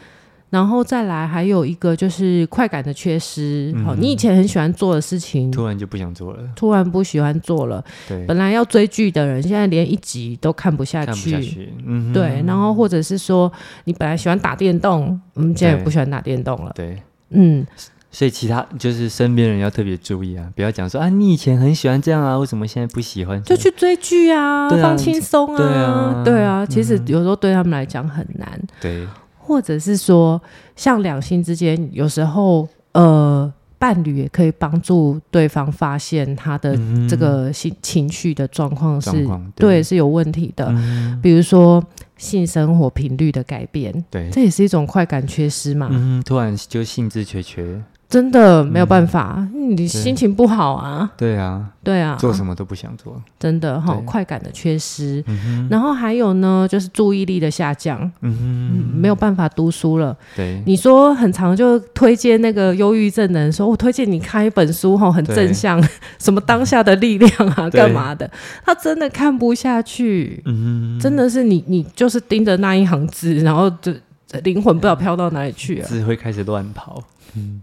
Speaker 2: 然后再来还有一个就是快感的缺失，好、你以前很喜欢做的事情，
Speaker 1: 突然就不想做了，
Speaker 2: 突然不喜欢做了。
Speaker 1: 对，
Speaker 2: 本来要追剧的人，现在连一集都看不下
Speaker 1: 看不
Speaker 2: 去。
Speaker 1: 下去，嗯哼，
Speaker 2: 对，然后或者是说，你本来喜欢打电动，嗯，现在也
Speaker 1: 对
Speaker 2: 不喜欢打电动了。
Speaker 1: 对，
Speaker 2: 嗯，
Speaker 1: 啊所以其他就是身边人要特别注意啊，不要讲说啊，你以前很喜欢这样啊，为什么现在不喜欢？
Speaker 2: 就去追剧啊，
Speaker 1: 对啊
Speaker 2: 放轻松
Speaker 1: 对
Speaker 2: 啊
Speaker 1: 啊，
Speaker 2: 对啊。其实有时候对他们来讲很难，
Speaker 1: 对，
Speaker 2: 或者是说，像两性之间，有时候呃，伴侣也可以帮助对方发现他的
Speaker 1: 嗯
Speaker 2: 这个心情绪的状况是
Speaker 1: 状况
Speaker 2: 对是有问题的，
Speaker 1: 嗯
Speaker 2: 比如说性生活频率的改变，
Speaker 1: 对，
Speaker 2: 这也是一种快感缺失嘛。
Speaker 1: 嗯，突然就兴致缺缺，
Speaker 2: 真的没有办法，你心情不好啊，
Speaker 1: 嗯对啊，
Speaker 2: 对啊，
Speaker 1: 做什么都不想做，
Speaker 2: 真的哈、
Speaker 1: 对
Speaker 2: 快感的缺失。然后还有呢，就是注意力的下降，
Speaker 1: 嗯
Speaker 2: 嗯没有办法读书了。
Speaker 1: 哼，对，
Speaker 2: 你说很常就推荐那个忧郁症的人说，我哦推荐你看一本书哈，很
Speaker 1: 对
Speaker 2: 正向，什么当下的力量啊，
Speaker 1: 对
Speaker 2: 干嘛的？他真的看不下去，
Speaker 1: 嗯
Speaker 2: 真的是你你就是盯着那一行字，然后就灵魂不知道飘到哪里去啊了
Speaker 1: 哼，。只会开始乱跑，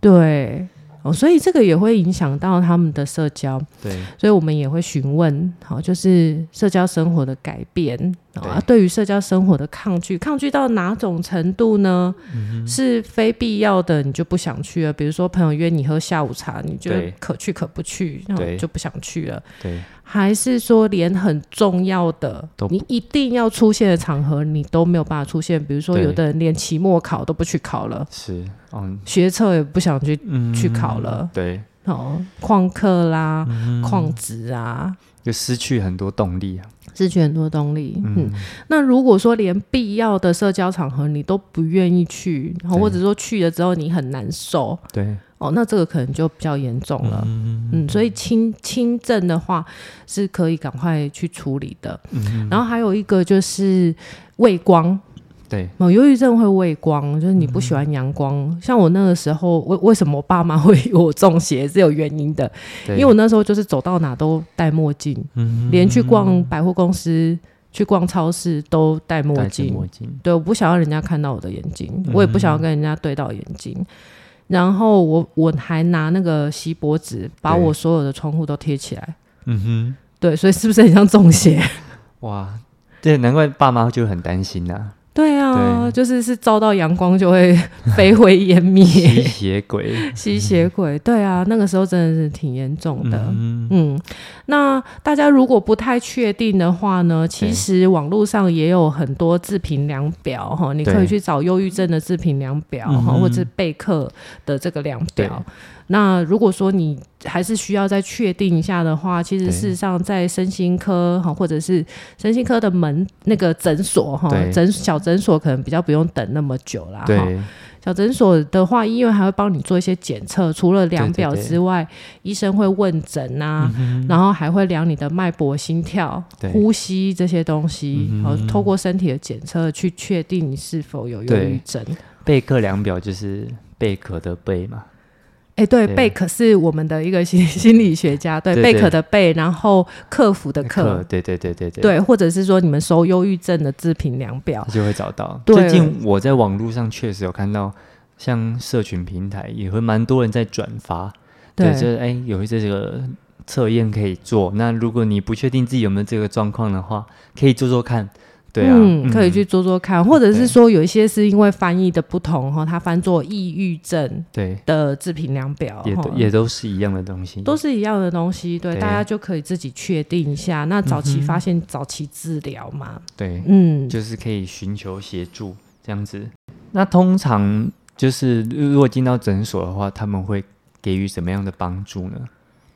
Speaker 2: 对。哦，所以这个也会影响到他们的社交，
Speaker 1: 对，
Speaker 2: 所以我们也会询问，好，就是社交生活的改变哦
Speaker 1: 对
Speaker 2: 啊，对于社交生活的抗拒，抗拒到哪种程度呢？
Speaker 1: 嗯
Speaker 2: 是非必要的你就不想去啊了，比如说朋友约你喝下午茶，你就
Speaker 1: 对
Speaker 2: 可去可不去，然后
Speaker 1: 对
Speaker 2: 就不想去了，
Speaker 1: 对，
Speaker 2: 还是说连很重要的
Speaker 1: 都不
Speaker 2: 你一定要出现的场合你都没有办法出现，比如说
Speaker 1: 对
Speaker 2: 有的人连期末考都不去考了，
Speaker 1: 是，嗯
Speaker 2: 学测也不想去
Speaker 1: 嗯
Speaker 2: 去考了，
Speaker 1: 对，
Speaker 2: 哦，旷课啦、旷职啊，
Speaker 1: 就失去很多动力啊，
Speaker 2: 失去很多动力。嗯，
Speaker 1: 嗯，
Speaker 2: 那如果说连必要的社交场合你都不愿意去，然后
Speaker 1: 对
Speaker 2: 或者说去了之后你很难受，
Speaker 1: 对，
Speaker 2: 哦，那这个可能就比较严重了。嗯所以轻轻症的话是可以赶快去处理的。然后还有一个就是畏光。
Speaker 1: 对，
Speaker 2: 哦，忧郁症会畏光，就是
Speaker 1: 嗯
Speaker 2: 你不喜欢阳光。像我那个时候，为为什么我爸妈会以为我中邪是有原因的，
Speaker 1: 对，嗯
Speaker 2: 因为我那时候就是走到哪都戴墨镜，连去逛百货公司、去逛超市都戴墨
Speaker 1: 戴着
Speaker 2: 镜。
Speaker 1: 墨镜，嗯
Speaker 2: 对，我不想要人家看到我的眼睛，我也不想要跟人家对到眼睛。然后我我还拿那个锡箔纸把
Speaker 1: 对
Speaker 2: 我所有的窗户都贴起来。
Speaker 1: 嗯
Speaker 2: 对，所以是不是很像中邪？
Speaker 1: 哼，哇，对，难怪爸妈就很担心 呐，
Speaker 2: 对啊，就是是照到阳光就会 飞灰烟灭，
Speaker 1: 吸血鬼，
Speaker 2: 吸血鬼。对啊，那个时候真的是挺严重的。
Speaker 1: 嗯，
Speaker 2: 嗯，那大家如果不太确定的话呢，其
Speaker 1: 对
Speaker 2: 实网络上也有很多自评量表哈，你可以
Speaker 1: 对
Speaker 2: 去找忧郁症的自评量表哈，
Speaker 1: 嗯哼
Speaker 2: 或者备课的这个量
Speaker 1: 对
Speaker 2: 表。那如果说你还是需要再确定一下的话，其实
Speaker 1: 对
Speaker 2: 事实上在身心科哈，或者是身心科的门那个诊所哈，
Speaker 1: 对
Speaker 2: 诊小诊所可能比较不用等那么久啦。哈。
Speaker 1: 对，
Speaker 2: 小诊所的话，医院还会帮你做一些检测，除了量表之外，医生会问诊啊，然后还会量你的脉搏、心跳、
Speaker 1: 嗯对嗯
Speaker 2: 呼吸这些东西，然后透过身体的检测去确定你是否有忧郁症。
Speaker 1: 贝克量表就是贝壳的贝嘛，
Speaker 2: 哎，对，
Speaker 1: 对
Speaker 2: 贝克是我们的一个心 心理学家，对，
Speaker 1: 对
Speaker 2: 贝
Speaker 1: 对
Speaker 2: 克的贝，然后克服的
Speaker 1: 克
Speaker 2: 克，，
Speaker 1: 对对对对对，
Speaker 2: 对，或者是说你们收忧郁症的自评量表
Speaker 1: 他，就会找到。
Speaker 2: 对
Speaker 1: 最近我在网络上确实有看到，像社群平台也会蛮多人在转发，对，就是哎、有一些这个测验可以做。那如果你不确定自己有没有这个状况的话，可以做做看。对啊，
Speaker 2: 嗯，可以去做做看，或者是
Speaker 1: 对
Speaker 2: 说有一些是因为翻译的不同哈，它翻作抑郁症
Speaker 1: 对，
Speaker 2: 的自评量表
Speaker 1: 也
Speaker 2: 哈
Speaker 1: 都也都是一样的东西，
Speaker 2: 哦都是一样的东西，对，
Speaker 1: 对嗯
Speaker 2: 大家就可以自己确定一下。那早期发现，早期治疗嘛，
Speaker 1: 对，
Speaker 2: 嗯，
Speaker 1: 就是可以寻求协助这样子。那通常就是如果进到诊所的话，他们会给予什么样的帮助呢？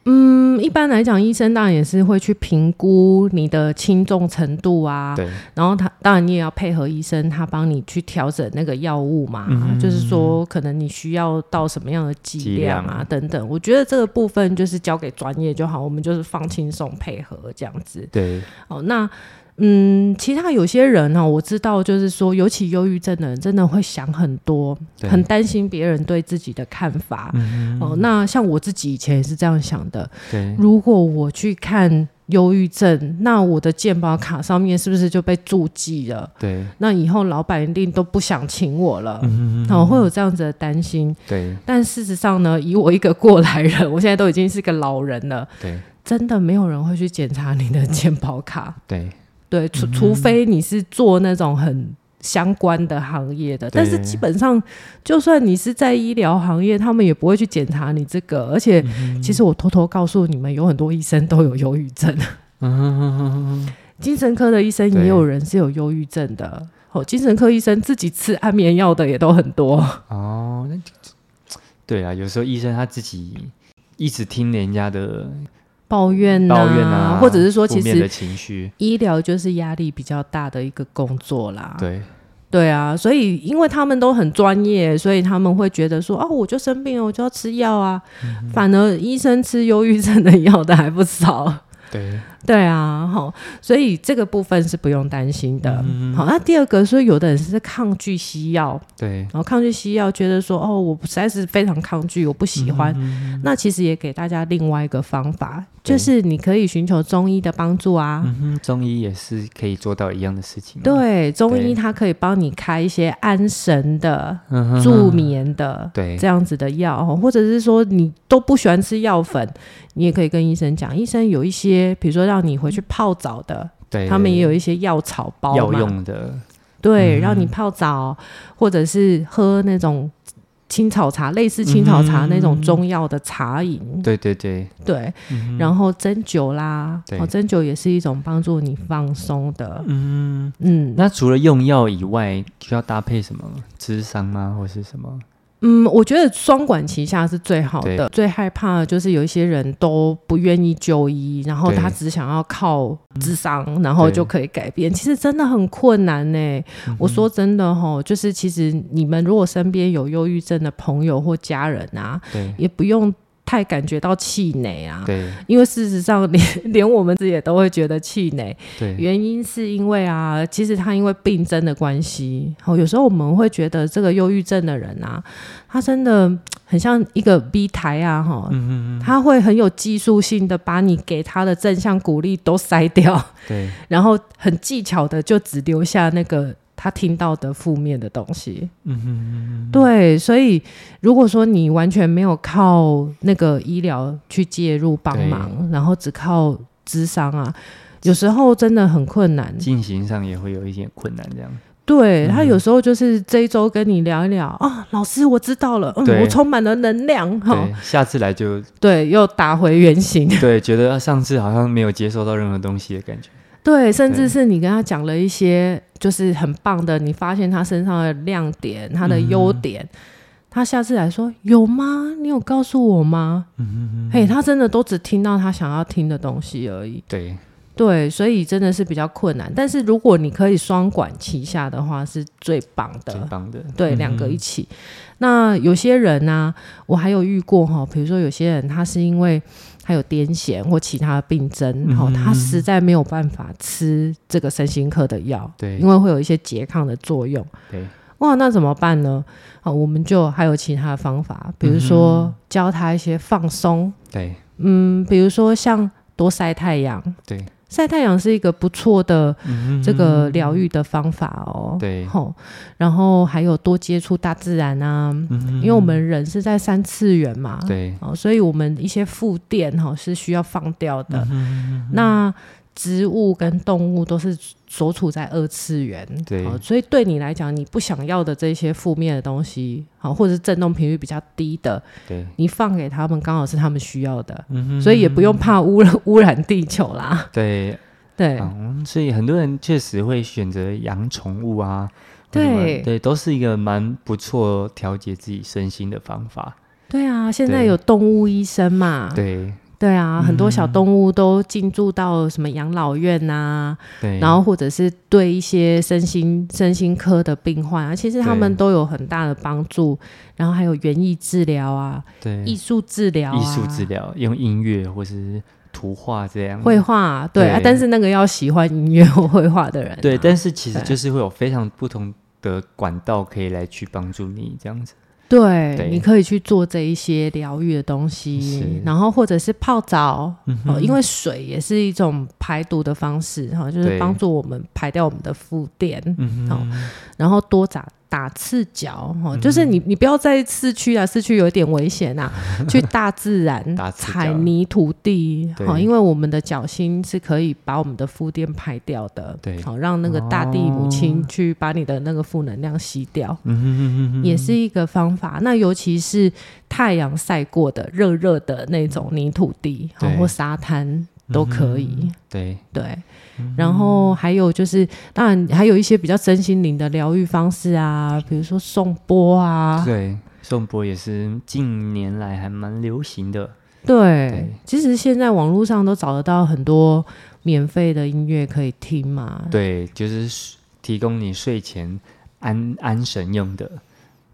Speaker 2: 嗯，一般来讲，医生当然也是会去评估你的轻重程度啊，
Speaker 1: 对，
Speaker 2: 然后他当然你也要配合医生，他帮你去调整那个药物嘛，
Speaker 1: 嗯
Speaker 2: 就是说可能你需要到什么样的剂
Speaker 1: 剂
Speaker 2: 量
Speaker 1: 量
Speaker 2: 啊等等。我觉得这个部分就是交给专业就好，我们就是放轻松配合这样子。
Speaker 1: 对，
Speaker 2: 哦，那嗯，其他有些人呢、我知道，就是说，尤其忧郁症的人，真的会想很多，
Speaker 1: 对
Speaker 2: 很担心别人对自己的看法。
Speaker 1: 嗯
Speaker 2: 哦、那像我自己以前也是这样想的，
Speaker 1: 对，
Speaker 2: 如果我去看忧郁症，那我的健保卡上面是不是就被注记了？
Speaker 1: 对，
Speaker 2: 那以后老板一定都不想请我了，
Speaker 1: 嗯，
Speaker 2: 哦，会有这样子的担心。
Speaker 1: 对
Speaker 2: 但事实上呢，以我一个过来人，我现在都已经是个老人了，
Speaker 1: 对
Speaker 2: 真的没有人会去检查你的健保卡，
Speaker 1: 对
Speaker 2: 对，
Speaker 1: 嗯
Speaker 2: 除除非你是做那种很。相关的行业的，
Speaker 1: 对
Speaker 2: 但是基本上，就算你是在医疗行业，他们也不会去检查你这个。而且，
Speaker 1: 嗯
Speaker 2: 其实我偷偷告诉你们，有很多医生都有忧郁症，
Speaker 1: 嗯
Speaker 2: 精神科的医生也
Speaker 1: 对
Speaker 2: 有人是有忧郁症的。哦，精神科医生自己吃安眠药的也都很多。
Speaker 1: 哦，那就对啊，有时候医生他自己一直听人家的
Speaker 2: 抱怨、呐，
Speaker 1: 抱怨啊，
Speaker 2: 嗯或者是说，其
Speaker 1: 负面的
Speaker 2: 实
Speaker 1: 情绪，
Speaker 2: 医疗就是压力比较大的一个工作啦。
Speaker 1: 对
Speaker 2: 对啊，所以因为他们都很专业，所以他们会觉得说，哦，我就生病了，我就要吃药啊。
Speaker 1: 嗯
Speaker 2: 反而医生吃忧郁症的药的还不少。
Speaker 1: 对
Speaker 2: 对啊，好，所以这个部分是不用担心的。
Speaker 1: 嗯
Speaker 2: 好，那第二个，所以有的人是抗拒西药，
Speaker 1: 对，
Speaker 2: 然后抗拒西药，觉得说哦，我实在是非常抗拒，我不喜
Speaker 1: 嗯
Speaker 2: 欢。那其实也给大家另外一个方法，
Speaker 1: 对
Speaker 2: 就是你可以寻求中医的帮助啊。
Speaker 1: 嗯哼，中医也是可以做到一样的事情，，啊
Speaker 2: 对，中
Speaker 1: 对
Speaker 2: 医它可以帮你开一些安神的、
Speaker 1: 嗯哼
Speaker 2: 助眠的。
Speaker 1: 对
Speaker 2: 这样子的药，哦或者是说你都不喜欢吃药粉，你也可以跟医生讲，医生有一些，比如说让你回去泡澡的，
Speaker 1: 嗯对，
Speaker 2: 他们也有一些药草包嘛，
Speaker 1: 药用嗯的，
Speaker 2: 对，让你泡澡，或者是喝那种青草茶，类似青草
Speaker 1: 嗯
Speaker 2: 茶那种中药的茶饮，
Speaker 1: 对对对，
Speaker 2: 对，然后针灸啦，
Speaker 1: 嗯对
Speaker 2: 哦，针灸也是一种帮助你放松的，
Speaker 1: 嗯。
Speaker 2: 嗯
Speaker 1: 那除了用药以外，需要搭配什么吗？智商吗，或是什么？
Speaker 2: 嗯，我觉得双管齐下是最好的。最害怕的就是有一些人都不愿意就医，然后
Speaker 1: 对
Speaker 2: 他只想要靠智商，然后就可以改变，其实真的很困难呢、
Speaker 1: 嗯
Speaker 2: 我说真的哈，就是其实你们如果身边有忧郁症的朋友或家人啊，
Speaker 1: 嗯对
Speaker 2: 也不用太感觉到气馁啊，
Speaker 1: 对
Speaker 2: 因为事实上连 连我们自己也都会觉得气馁。
Speaker 1: 对
Speaker 2: 原因是因为啊，其实他因为病症的关系，哦，有时候我们会觉得这个忧郁症的人啊，他真的嘖很像一个 B 台啊，哈、
Speaker 1: 嗯
Speaker 2: 他会很有技术性的把你给他的正向鼓励都筛掉，
Speaker 1: 对
Speaker 2: 然后很技巧的就只留下那个他听到的负面的东西。嗯哼对，所以如果说你完全没有靠那个医疗去介入帮忙，然后只靠智商啊。有时候真的很困难，
Speaker 1: 进行上也会有一点困难，这样嗯
Speaker 2: 对他有时候就是这一周跟你聊一聊啊，老师我知道了，嗯，
Speaker 1: 对
Speaker 2: 我充满了能量哈，
Speaker 1: 对，下次来就
Speaker 2: 对，又打回原形，
Speaker 1: 对，觉得上次好像没有接收到任何东西的感觉，
Speaker 2: 对，甚
Speaker 1: 对
Speaker 2: 至是你跟他讲了一些就是很棒的，你发现他身上的亮点，他的优点，
Speaker 1: 嗯
Speaker 2: 他下次来说有吗？你有告诉我吗？
Speaker 1: 嗯
Speaker 2: 嘿，他真的都只听到他想要听的东西而已，
Speaker 1: 对
Speaker 2: 对，所以真的是比较困难。但是如果你可以双管齐下的话，是最棒的，
Speaker 1: 最棒的，
Speaker 2: 对，
Speaker 1: 嗯
Speaker 2: 两个一起。那有些人呢、我还有遇过哈，比如说有些人他是因为他有癫痫或其他的病症，
Speaker 1: 嗯
Speaker 2: 哈、他实在没有办法吃这个身心科的药，
Speaker 1: 对
Speaker 2: 因为会有一些拮抗的作用。
Speaker 1: 对
Speaker 2: 哇，那怎么办呢？啊，我们就还有其他的方法，比如
Speaker 1: 嗯
Speaker 2: 说教他一些放松，
Speaker 1: 对
Speaker 2: 嗯，比如说像多晒太阳，
Speaker 1: 对
Speaker 2: 晒太阳是一个不错的嗯这个疗愈的方法哦。
Speaker 1: 嗯对
Speaker 2: 吼，然后还有多接触大自然啊，因为我们人是在三次元嘛，，
Speaker 1: 嗯对
Speaker 2: 哦，所以我们一些负电哈、哦、是需要放掉的。
Speaker 1: 嗯
Speaker 2: 那植物跟动物都是所处在二次元，
Speaker 1: 对
Speaker 2: 哦，所以对你来讲，你不想要的这些负面的东西，好、或者是振动频率比较低的，
Speaker 1: 对
Speaker 2: 你放给他们，刚好是他们需要的，
Speaker 1: 嗯
Speaker 2: 所以也不用怕污染 污染地球啦。
Speaker 1: 对，
Speaker 2: 对，
Speaker 1: 嗯，所以很多人确实会选择养宠物啊，或什么
Speaker 2: 对
Speaker 1: 对，都是一个蛮不错调节自己身心的方法，
Speaker 2: 对啊，现在
Speaker 1: 对
Speaker 2: 有动物医生嘛，
Speaker 1: 对
Speaker 2: 对
Speaker 1: 嗯
Speaker 2: 啊，很多小动物都进驻到什么养老院呐、
Speaker 1: 对，
Speaker 2: 然后或者是对一些身心身心科的病患啊，其实他们
Speaker 1: 对
Speaker 2: 都有很大的帮助。然后还有园艺治疗啊、
Speaker 1: 对
Speaker 2: 艺术治疗、啊、
Speaker 1: 艺术治疗，用音乐或是图画这样。
Speaker 2: 绘画，对啊，
Speaker 1: 对
Speaker 2: 但是那个要喜欢音乐或绘画的人啊、
Speaker 1: 对，但是其实
Speaker 2: 对
Speaker 1: 就是会有非常不同的管道可以来去帮助你这样子。
Speaker 2: 对，
Speaker 1: 对
Speaker 2: 你可以去做这一些疗愈的东
Speaker 1: 是嗯
Speaker 2: 西，然后或者是泡澡、哦，因为水也是一种排毒的方式哈、就是
Speaker 1: 对
Speaker 2: 帮助我们排掉我们的负电，
Speaker 1: 嗯
Speaker 2: 好然后多打打赤脚哈、就是你你不要在市区啊，市区有点危 险啊，去大自然
Speaker 1: 打赤脚
Speaker 2: 踩泥土地哈、
Speaker 1: 对
Speaker 2: 因为我们的脚心是可以把我们的负电排掉的，
Speaker 1: 对哦
Speaker 2: 好、让那个大地母亲去把你的那个负能量吸掉。
Speaker 1: 嗯哼哼哼哼
Speaker 2: 也是一个方法。那尤其是太阳晒过的热热的那种泥土地，好
Speaker 1: 对嗯
Speaker 2: 或沙滩都可以。
Speaker 1: 对，
Speaker 2: 对，
Speaker 1: 嗯
Speaker 2: 然后还有就是，当然还有一些比较身心灵的疗愈方式啊，比如说颂钵啊，
Speaker 1: 对，颂钵也是近年来还蛮流行的。
Speaker 2: 对，
Speaker 1: 对
Speaker 2: 其实现在网络上都找得到很多免费的音乐可以听嘛。
Speaker 1: 对，就是睡提供你睡前安安神用的。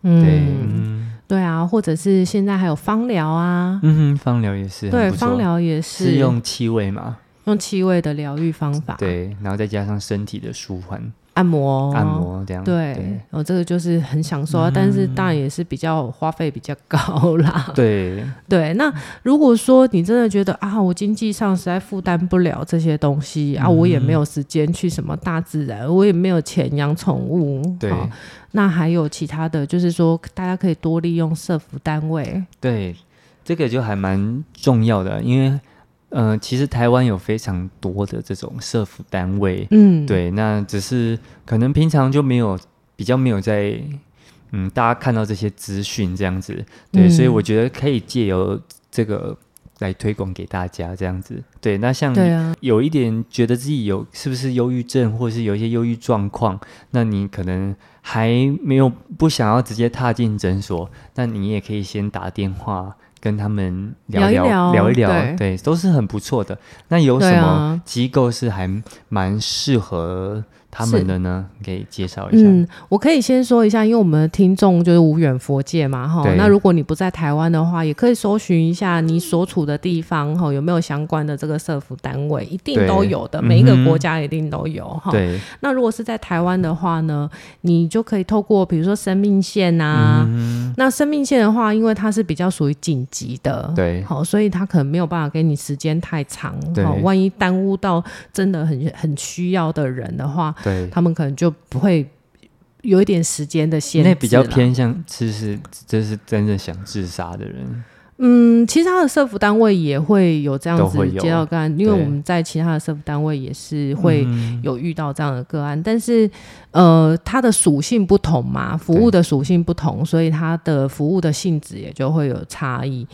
Speaker 1: 对，
Speaker 2: 嗯，
Speaker 1: 嗯
Speaker 2: 对啊，或者是现在还有芳疗啊，
Speaker 1: 嗯哼，芳疗也是很
Speaker 2: 对，
Speaker 1: 不错
Speaker 2: 芳疗也
Speaker 1: 是用气味嘛？
Speaker 2: 用气味的疗愈方法，
Speaker 1: 对，然后再加上身体的舒缓、
Speaker 2: 按摩
Speaker 1: 按摩嗯这样。
Speaker 2: 哦对，然后、这个就是很享受啊，但是当然也是比较花费比较高啦。
Speaker 1: 对，
Speaker 2: 对，那如果说你真的觉得啊，我经济上实在负担不了这些东西
Speaker 1: 嗯
Speaker 2: 啊，我也没有时间去什么大自然，我也没有钱养宠物。
Speaker 1: 对
Speaker 2: 好那还有其他的，就是说大家可以多利用社服单位。
Speaker 1: 对，这个就还蛮重要的，因为呃，其实台湾有非常多的这种社服单位，
Speaker 2: 嗯，，
Speaker 1: 对，那只是可能平常就没有比较没有在嗯，大家看到这些资讯这样子，对，
Speaker 2: 嗯
Speaker 1: 所以我觉得可以借由这个来推广给大家这样子，对，那像
Speaker 2: 对啊，
Speaker 1: 有一点觉得自己有是不是忧郁症，或是有一些忧郁状况，那你可能还没有不想要直接踏进诊所，那你也可以先打电话跟他们聊
Speaker 2: 聊一聊
Speaker 1: 聊一聊，
Speaker 2: 对啊
Speaker 1: 对，都是很不错的。那有什
Speaker 2: 对
Speaker 1: 么
Speaker 2: 啊
Speaker 1: 机构是还蛮适合他们的呢？你可以介绍一下。
Speaker 2: 嗯，我可以先说一下，因为我们的听众就是无远佛界嘛，哈
Speaker 1: 对。
Speaker 2: 那如果你不在台湾的话，也可以搜寻一下你所处的地方，哈，有没有相关的这个社服单位，一定
Speaker 1: 对
Speaker 2: 都有的，
Speaker 1: 嗯哼
Speaker 2: 每一个国家一定都有，哈。
Speaker 1: 对，
Speaker 2: 那如果是在台湾的话呢，你就可以透过比如说生命线啊，
Speaker 1: 嗯，
Speaker 2: 那生命线的话，因为它是比较属于紧急的，
Speaker 1: 对
Speaker 2: 好，所以它可能没有办法给你时间太长，
Speaker 1: 对
Speaker 2: 好，万一耽误到真的很很需要的人的话，
Speaker 1: 对，
Speaker 2: 他们可能就不会有一点时间的限制啦
Speaker 1: 那比较。偏向是是这是真正想自杀的人，
Speaker 2: 嗯，其他的社服单位也会有这样
Speaker 1: 都会
Speaker 2: 子
Speaker 1: 有
Speaker 2: 接到个案，因为
Speaker 1: 对
Speaker 2: 我们在其他的社服单位也是会
Speaker 1: 嗯
Speaker 2: 有遇到这样的个案，但是呃，它的属性不同嘛，服务的属性不同，所以它的服务的性质也就会有差异。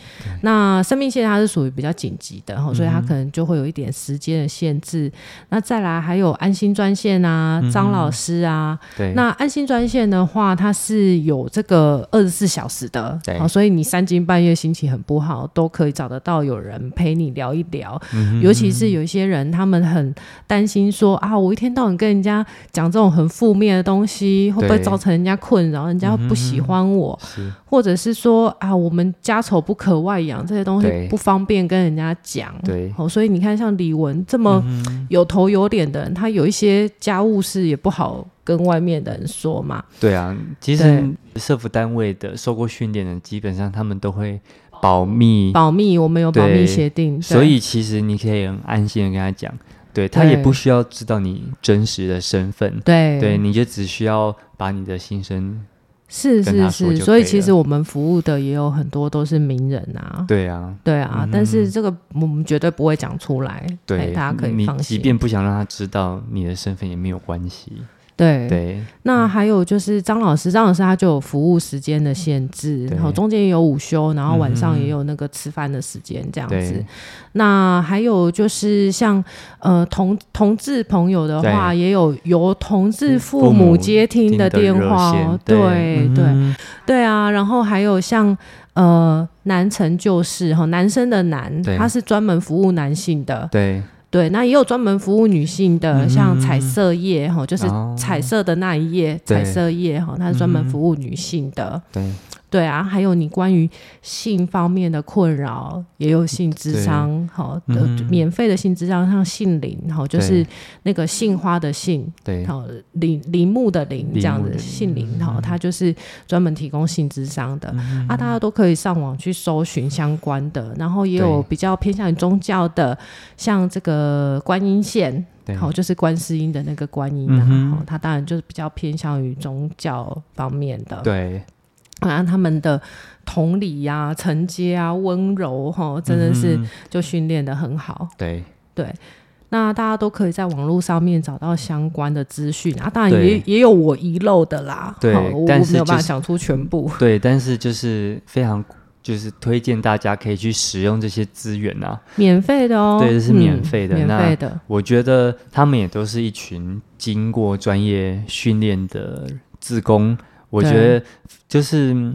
Speaker 2: 那生命线它是属于比较紧急的
Speaker 1: 嗯
Speaker 2: 哈，所以它可能就会有一点时间的限制。那再来还有安心专线啊，
Speaker 1: 嗯
Speaker 2: 张老师啊，
Speaker 1: 对，
Speaker 2: 那安心专线的话，它是有这个二十四小时的，
Speaker 1: 对
Speaker 2: 好、所以你三更半夜心情很不好，都可以找得到有人陪你聊一聊。
Speaker 1: 嗯
Speaker 2: 尤其是有一些人，他们很担心说啊，我一天到晚跟人家讲这种很负面的东西，会不会
Speaker 1: 对嗯
Speaker 2: 造成人家困扰，人家不喜欢我，
Speaker 1: 是
Speaker 2: 或者是说啊，我们家丑不可外扬这些东西
Speaker 1: 对
Speaker 2: 不方便跟人家讲。
Speaker 1: 对嗯
Speaker 2: 好、所以你看，像李玟这么有头有脸的人，他有一些家务事也不好跟外面的人说嘛。
Speaker 1: 对啊，其实社服单位的受过训练的，基本上他们都会保密，
Speaker 2: 保密，我们有保
Speaker 1: 嗯
Speaker 2: 密
Speaker 1: 对
Speaker 2: 协定，对
Speaker 1: 所以其实你可以很安心的跟他讲，对他也
Speaker 2: 对
Speaker 1: 不需要知道你真实的身份，
Speaker 2: 对
Speaker 1: 对，你就只需要把你的心声，
Speaker 2: 是
Speaker 1: 跟他
Speaker 2: 是
Speaker 1: 说
Speaker 2: 是，
Speaker 1: 就
Speaker 2: 所以
Speaker 1: 可以
Speaker 2: 其
Speaker 1: 了
Speaker 2: 实我们服务的也有很多都是名人啊。
Speaker 1: 对啊，
Speaker 2: 对啊，但是这个我们绝对不会讲出来，哎
Speaker 1: 对，
Speaker 2: 大家可以
Speaker 1: 你
Speaker 2: 放
Speaker 1: 即
Speaker 2: 心。
Speaker 1: 便不想让他知道你的身份也没有关系，
Speaker 2: 对，
Speaker 1: 对
Speaker 2: 那还有就是张老师，张老师他就有服务时间的限制，
Speaker 1: 嗯对嗯
Speaker 2: 然后中间也有午休，然后晚上也有那个吃饭的时间这样子。
Speaker 1: 对
Speaker 2: 那还有就是像呃同同志朋友的话，也有由同志父母接听的电话
Speaker 1: 听
Speaker 2: 哦
Speaker 1: 的，
Speaker 2: 对
Speaker 1: 热线对
Speaker 2: 对
Speaker 1: 嗯
Speaker 2: 对啊。然后还有像呃男成就是哈，男生的男，
Speaker 1: 对
Speaker 2: 他是专门服务男性的，
Speaker 1: 嗯对，
Speaker 2: 对。那也有专门服务女性
Speaker 1: 嗯
Speaker 2: 的，像彩色业哈，就是
Speaker 1: 哦
Speaker 2: 彩色的那一页，
Speaker 1: 对嗯
Speaker 2: 彩色业哈，它是专门服务女性的。
Speaker 1: 对
Speaker 2: 对啊，还有你关于性方面的困扰，也有性智商，好的、
Speaker 1: 嗯
Speaker 2: 免费的性智商，像性灵，好就是
Speaker 1: 对
Speaker 2: 那个杏花的杏，
Speaker 1: 对，
Speaker 2: 好林林木的林
Speaker 1: 林木
Speaker 2: 这样
Speaker 1: 的嗯
Speaker 2: 子，
Speaker 1: 林
Speaker 2: 杏林，好，它就是专门提供性智商的。
Speaker 1: 嗯
Speaker 2: 啊，大家都可以上网去搜寻相关的，然后也有
Speaker 1: 对
Speaker 2: 比较偏向于宗教的，像这个观音线，
Speaker 1: 对，
Speaker 2: 好，就是观世音的那个观音
Speaker 1: 嗯哼
Speaker 2: 啊，好它当然就是比较偏向于宗教方面的。
Speaker 1: 对，
Speaker 2: 好像他们的同理呀、承接啊、温柔哈，真的是
Speaker 1: 嗯哼
Speaker 2: 就训练的很好。
Speaker 1: 对，
Speaker 2: 那大家都可以在网络上面找到相关的资讯啊，当然
Speaker 1: 对
Speaker 2: 也也有我遗漏的啦。
Speaker 1: 对
Speaker 2: 齁我
Speaker 1: 但
Speaker 2: 我
Speaker 1: 是
Speaker 2: 没有办
Speaker 1: 就
Speaker 2: 法
Speaker 1: 是
Speaker 2: 想出全部。
Speaker 1: 对，但是就是非常。就是推荐大家可以去使用这些资源啊，
Speaker 2: 免费的哦，
Speaker 1: 对这是
Speaker 2: 嗯
Speaker 1: 免费的
Speaker 2: 免
Speaker 1: 那
Speaker 2: 费的，
Speaker 1: 我觉得他们也都是一群经过专业训练的志工，我觉得就是，嗯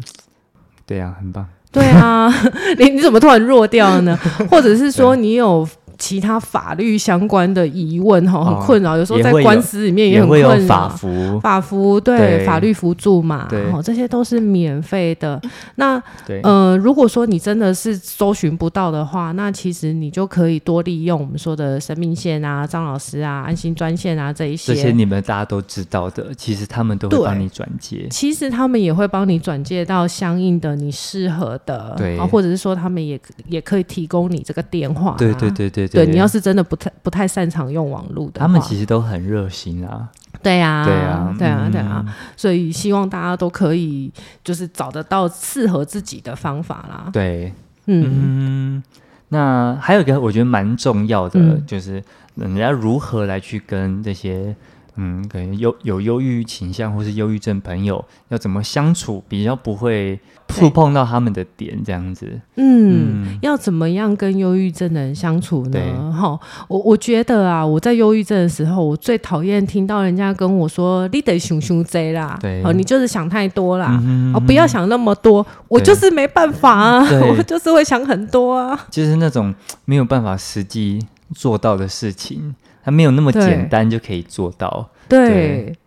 Speaker 1: 对啊，很棒。
Speaker 2: 对 啊，你你怎么突然弱掉了呢？或者是说你有其他法律相关的疑问哈，
Speaker 1: 哦
Speaker 2: 很困扰，有时候
Speaker 1: 也
Speaker 2: 在
Speaker 1: 会有
Speaker 2: 官司里面
Speaker 1: 也
Speaker 2: 很
Speaker 1: 会有
Speaker 2: 困
Speaker 1: 法
Speaker 2: 扰。
Speaker 1: 服，
Speaker 2: 法服对
Speaker 1: 对
Speaker 2: 法律辅助嘛，
Speaker 1: 对
Speaker 2: 哦，这些都是免费的。那
Speaker 1: 对，
Speaker 2: 呃，如果说你真的是搜寻不到的话，那其实你就可以多利用我们说的生命线啊、张老师啊、安心专线啊这一
Speaker 1: 这
Speaker 2: 些。
Speaker 1: 些你们大家都知道的，其实他们都会
Speaker 2: 对
Speaker 1: 帮你转接。
Speaker 2: 其实他们也会帮你转介到相应的你适合的，
Speaker 1: 对
Speaker 2: 啊，或者是说他们也也可以提供你这个电话、啊。
Speaker 1: 对对对对
Speaker 2: 对，你要是真的不太不太擅长用网络的
Speaker 1: 他
Speaker 2: 话，
Speaker 1: 们其实都很热心啊，
Speaker 2: 对啊，
Speaker 1: 对啊，
Speaker 2: 对啊，对啊，
Speaker 1: 嗯，
Speaker 2: 所以希望大家都可以就是找得到适合自己的方法啦。
Speaker 1: 对，
Speaker 2: 嗯，
Speaker 1: 嗯。那还有一个我觉得蛮重要的，
Speaker 2: 嗯
Speaker 1: 就是人家如何来去跟这些嗯，可能忧有忧郁倾向或是忧郁症朋友要怎么相处，比较不会触
Speaker 2: 对
Speaker 1: 碰到他们的点，这样子。
Speaker 2: 嗯，要怎么样跟忧郁症的人相处
Speaker 1: 对
Speaker 2: 呢？哈，我我觉得啊，我在忧郁症的时候，我最讨厌听到人家跟我说“你得熊熊贼啦”，
Speaker 1: 对
Speaker 2: 哦，你就是想太多啦。
Speaker 1: 嗯
Speaker 2: 哦，不要想那么多，我
Speaker 1: 对
Speaker 2: 就是没办法啊，
Speaker 1: 对
Speaker 2: 我就是会想很多啊。
Speaker 1: 就是那种没有办法实际做到的事情，它没有那么
Speaker 2: 对
Speaker 1: 简单就可以做到。
Speaker 2: 对，
Speaker 1: 对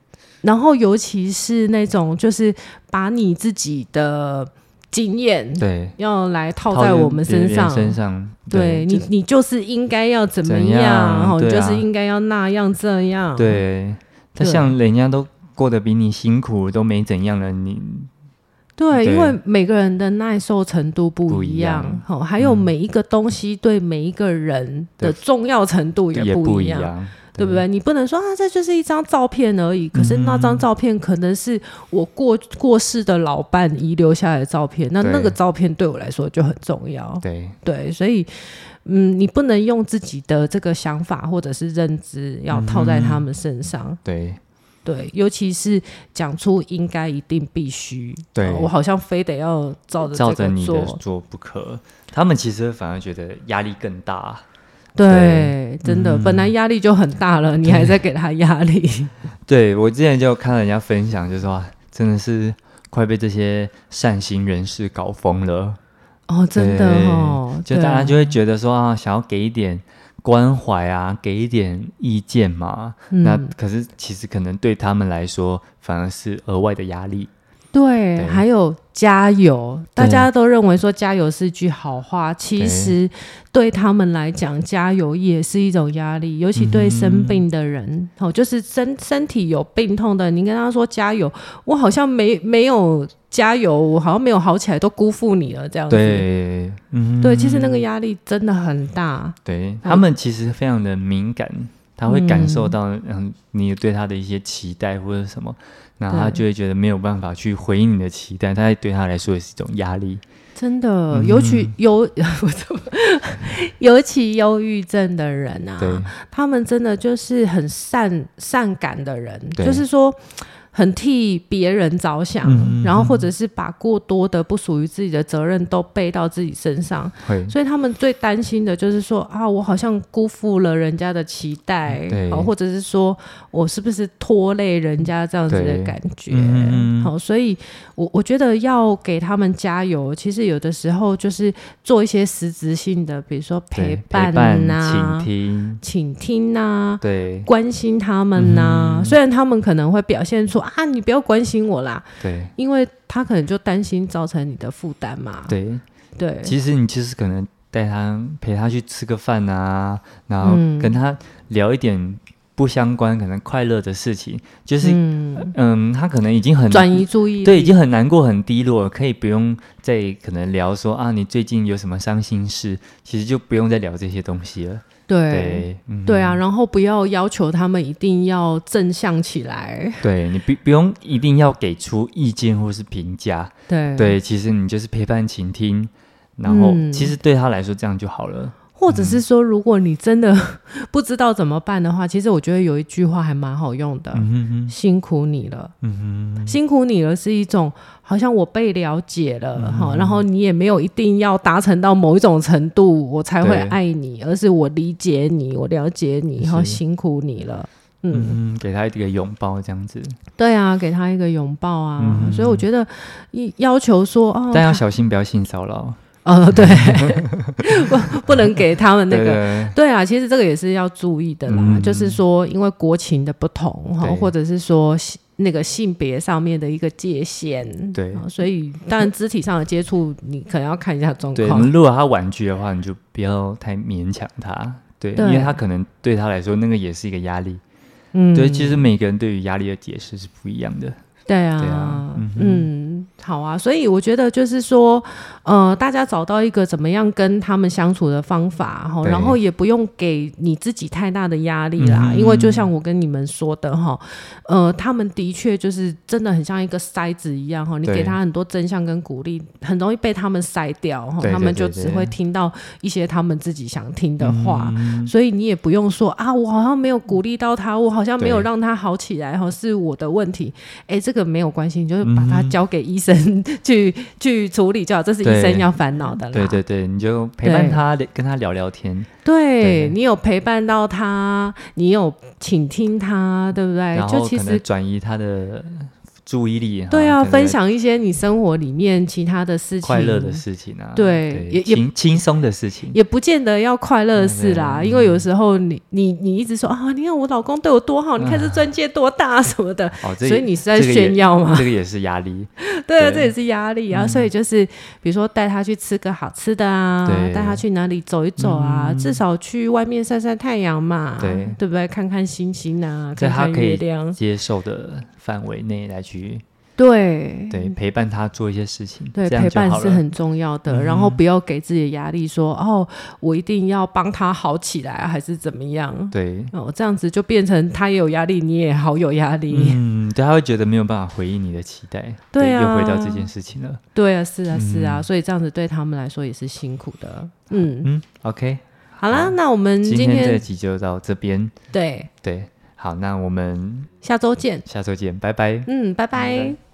Speaker 2: 然后尤其是那种就是把你自己的经验
Speaker 1: 对，
Speaker 2: 要来嗯套
Speaker 1: 套
Speaker 2: 在
Speaker 1: 在
Speaker 2: 我
Speaker 1: 别
Speaker 2: 们身
Speaker 1: 人
Speaker 2: 上，
Speaker 1: 身上，
Speaker 2: 对你，你就是应该要怎么
Speaker 1: 怎
Speaker 2: 样，
Speaker 1: 样
Speaker 2: 然后你
Speaker 1: 对
Speaker 2: 就
Speaker 1: 啊
Speaker 2: 是应该要那样这样，
Speaker 1: 就对，他
Speaker 2: 对
Speaker 1: 像人家都过得比你辛苦，都没怎样了，你
Speaker 2: 对，
Speaker 1: 对
Speaker 2: 因为每个人的耐受程度不一
Speaker 1: 不一
Speaker 2: 样
Speaker 1: 样，嗯
Speaker 2: 哦，还有每一个东西对每一个人的
Speaker 1: 对
Speaker 2: 重要程度
Speaker 1: 也
Speaker 2: 不
Speaker 1: 不
Speaker 2: 一
Speaker 1: 一
Speaker 2: 样，
Speaker 1: 样，
Speaker 2: 对不？对？你不能说啊，这就是一张照片而已。可是那张照片可能是我过过世的老伴遗留下来的照片，那
Speaker 1: 对
Speaker 2: 那个照片对我来说就很重要。
Speaker 1: 对
Speaker 2: 对，所以嗯，你不能用自己的这个想法或者是认知要套在他们身上。
Speaker 1: 对
Speaker 2: 对，尤其是讲出应该、一定、必须，
Speaker 1: 对
Speaker 2: 呃我好像非得要照着
Speaker 1: 照着
Speaker 2: 这个
Speaker 1: 你的
Speaker 2: 做，
Speaker 1: 做不可，他们其实反而觉得压力更大。
Speaker 2: 对，真的，本来压力就很大了，你还在给他压力，
Speaker 1: 嗯对我之前就看到人家分享，就说啊真的是快被这些善心人士搞疯了。
Speaker 2: 哦，真的
Speaker 1: 对
Speaker 2: 哦，
Speaker 1: 就
Speaker 2: 对
Speaker 1: 大
Speaker 2: 啊
Speaker 1: 家就会觉得说啊，想要给一点关怀啊，给一点意见嘛。那
Speaker 2: 嗯
Speaker 1: 可是其实可能对他们来说，反而是额外的压力。
Speaker 2: 对，
Speaker 1: 对
Speaker 2: 还有加油，大
Speaker 1: 对
Speaker 2: 家都认为说加油是句好话，其
Speaker 1: 对
Speaker 2: 实对他们来讲，加油也是一种压力，尤其对生病的人，
Speaker 1: 嗯
Speaker 2: 哦，就是身身体有病痛的，你跟他说加油，我好像没没有加油，我好像没有好起来，都辜负你了这样子。
Speaker 1: 对，嗯，
Speaker 2: 对，其实那个压力真的很大。
Speaker 1: 对他们其实非常的敏感，他会感受到嗯你对他的一些期待或者什么，那他
Speaker 2: 对
Speaker 1: 就会觉得没有办法去回应你的期待，他对他来说也是一种压力。
Speaker 2: 真的，
Speaker 1: 嗯
Speaker 2: 尤其忧， 我怎么尤其忧郁症的人啊，
Speaker 1: 对，
Speaker 2: 他们真的就是很善善感的人，
Speaker 1: 对
Speaker 2: 就是说很替别人着想，
Speaker 1: 嗯嗯
Speaker 2: 然后或者是把过多的不属于自己的责任都背到自己身上，
Speaker 1: 会，
Speaker 2: 所以他们最担心的就是说啊，我好像辜负了人家的期待，
Speaker 1: 嗯
Speaker 2: 哦
Speaker 1: 对
Speaker 2: 好或者是说我是不是拖累人家这样子的
Speaker 1: 对
Speaker 2: 感觉
Speaker 1: 嗯嗯嗯，
Speaker 2: 好，所以我我觉得要给他们加油，其实有的时候就是做一些实质性的，比如说
Speaker 1: 对
Speaker 2: 陪伴啊呐、
Speaker 1: 倾听，
Speaker 2: 倾听呐、啊
Speaker 1: 对嗯
Speaker 2: 关心他们呐、虽然他们可能会表现出啊，你不要关心我啦，
Speaker 1: 对
Speaker 2: 因为他可能就担心造成你的负担嘛。
Speaker 1: 对，
Speaker 2: 对，
Speaker 1: 其实你其实可能带他陪他去吃个饭啊，然后
Speaker 2: 嗯
Speaker 1: 跟他聊一点不相关可能快乐的事情，就是
Speaker 2: 嗯，
Speaker 1: 嗯他可能已经很
Speaker 2: 转移注意力，
Speaker 1: 对，已经很难过、很低落了，可以不用再可能聊说啊，你最近有什么伤心事？其实就不用再聊这些东西了。
Speaker 2: 对
Speaker 1: 对，嗯
Speaker 2: 对啊，，然后不要要求他们一定要正向起来，
Speaker 1: 对你不不用一定要给出意见或是评价，
Speaker 2: 对，
Speaker 1: 对，其实你就是陪伴、倾听，然后、
Speaker 2: 嗯
Speaker 1: 其实对他来说这样就好了。
Speaker 2: 或者
Speaker 1: 嗯
Speaker 2: 是说，如果你真的 不知道怎么办的话，其实我觉得有一句话还蛮好用的，
Speaker 1: 嗯哼哼，
Speaker 2: 辛苦你了。
Speaker 1: 嗯哼，
Speaker 2: 辛苦你了，是一种好像我被了解
Speaker 1: 嗯
Speaker 2: 了哈、然后你也没有一定要达成到某一种程度，我才会
Speaker 1: 对
Speaker 2: 爱你，而是我理解你，我了解你，然后
Speaker 1: 是
Speaker 2: 辛苦你了。嗯，
Speaker 1: 嗯哼，给他一个拥抱这样子，
Speaker 2: 对啊，给他一个拥抱啊，
Speaker 1: 嗯
Speaker 2: 所以我觉得一要求说哦，
Speaker 1: 但要小心不要性骚扰。
Speaker 2: 呃，对，不不能给他们那
Speaker 1: 对
Speaker 2: 个
Speaker 1: 对
Speaker 2: 对啊，其实这个也是要注意的啦，
Speaker 1: 嗯
Speaker 2: 就是说，因为国情的不同哈
Speaker 1: 对，
Speaker 2: 或者是说性那个性别上面的一个界限，
Speaker 1: 对
Speaker 2: 啊所以当然肢体上的接触，你可能要看一下状
Speaker 1: 对，
Speaker 2: 况。
Speaker 1: 如果他婉拒的话，你就不要太勉强他。对，
Speaker 2: 对
Speaker 1: 因为他可能对他来说，那个也是一个压力。
Speaker 2: 嗯，
Speaker 1: 对，其实每个人对于压力的解释是不一样的。
Speaker 2: 对啊，
Speaker 1: 对啊嗯哼
Speaker 2: 嗯，好啊，所以我觉得就是说，呃，大家找到一个怎么样跟他们相处的方法哈，
Speaker 1: 对
Speaker 2: 然后也不用给你自己太大的压力啦，
Speaker 1: 嗯
Speaker 2: 因为就像我跟你们说的哈，呃，他们的确就是真的很像一个筛子一样哈，你
Speaker 1: 对
Speaker 2: 给他很多真相跟鼓励，很容易被他们筛掉哈，
Speaker 1: 对对
Speaker 2: 他们就
Speaker 1: 对对
Speaker 2: 只会听到一些他们自己想听的话。
Speaker 1: 嗯
Speaker 2: 所以你也不用说啊，我好像没有鼓励到他，我好像没有
Speaker 1: 对
Speaker 2: 让他好起来，哈，是我的问题。哎，这个没有关系，你就是把它
Speaker 1: 嗯
Speaker 2: 交给医生 去、去处理就好，这是医
Speaker 1: 对
Speaker 2: 生要烦恼的啦。
Speaker 1: 对对对，你就陪伴他，跟他聊聊天，
Speaker 2: 对
Speaker 1: 对
Speaker 2: 你有陪伴到他，你有倾听他，对不对
Speaker 1: 然？
Speaker 2: 就
Speaker 1: 后
Speaker 2: 其
Speaker 1: 可
Speaker 2: 实
Speaker 1: 能转移他的注意力。
Speaker 2: 对
Speaker 1: 哈
Speaker 2: 啊，
Speaker 1: 可能
Speaker 2: 分享一些你生活里面其他的事情，
Speaker 1: 快乐的事情啊，
Speaker 2: 对也也
Speaker 1: 轻轻松的事情。
Speaker 2: 也不见得要快乐
Speaker 1: 嗯
Speaker 2: 的事
Speaker 1: 啊
Speaker 2: 啦，因为有时候你你你一直说啊，你看我老公对我多好，你看这钻戒多大什么的，
Speaker 1: 哦，啊这
Speaker 2: 所以你是在
Speaker 1: 这个也
Speaker 2: 炫耀吗？
Speaker 1: 这个也是压力。
Speaker 2: 对
Speaker 1: 对
Speaker 2: 啊，
Speaker 1: 嗯
Speaker 2: 这也是压力啊。所以就是，比如说带他去吃个好吃的啊，
Speaker 1: 对嗯
Speaker 2: 带他去哪里走一走啊，至少去外面晒晒太阳嘛，
Speaker 1: 对
Speaker 2: 不对？看看星星啊，
Speaker 1: 这
Speaker 2: 看
Speaker 1: 他
Speaker 2: 看
Speaker 1: 可以
Speaker 2: 月亮，
Speaker 1: 接受的范围内来去
Speaker 2: 对
Speaker 1: 对陪伴他做一些事情，
Speaker 2: 嗯对，
Speaker 1: 这样
Speaker 2: 陪
Speaker 1: 就
Speaker 2: 伴
Speaker 1: 好
Speaker 2: 是
Speaker 1: 了。嗯
Speaker 2: 很重要的。然后不要给自己的压力说，哦，我一定要帮他好起来啊，还是怎么样？
Speaker 1: 对，
Speaker 2: 哦，这样子就变成他也有压力，你也好有压力。
Speaker 1: 嗯，对，他会觉得没有办法回应你的期待，
Speaker 2: 对啊
Speaker 1: 又回到这件事情了。
Speaker 2: 对啊，是啊，是啊，所以这样子对他们来说也是辛苦的。嗯，
Speaker 1: 嗯，OK，
Speaker 2: 好啦，那我们
Speaker 1: 今
Speaker 2: 今
Speaker 1: 天这
Speaker 2: 天
Speaker 1: 集就到这边，
Speaker 2: 对
Speaker 1: 对，好，那我们
Speaker 2: 下周见。
Speaker 1: 下周见，拜拜。
Speaker 2: 嗯，拜
Speaker 1: 拜
Speaker 2: 拜
Speaker 1: 拜。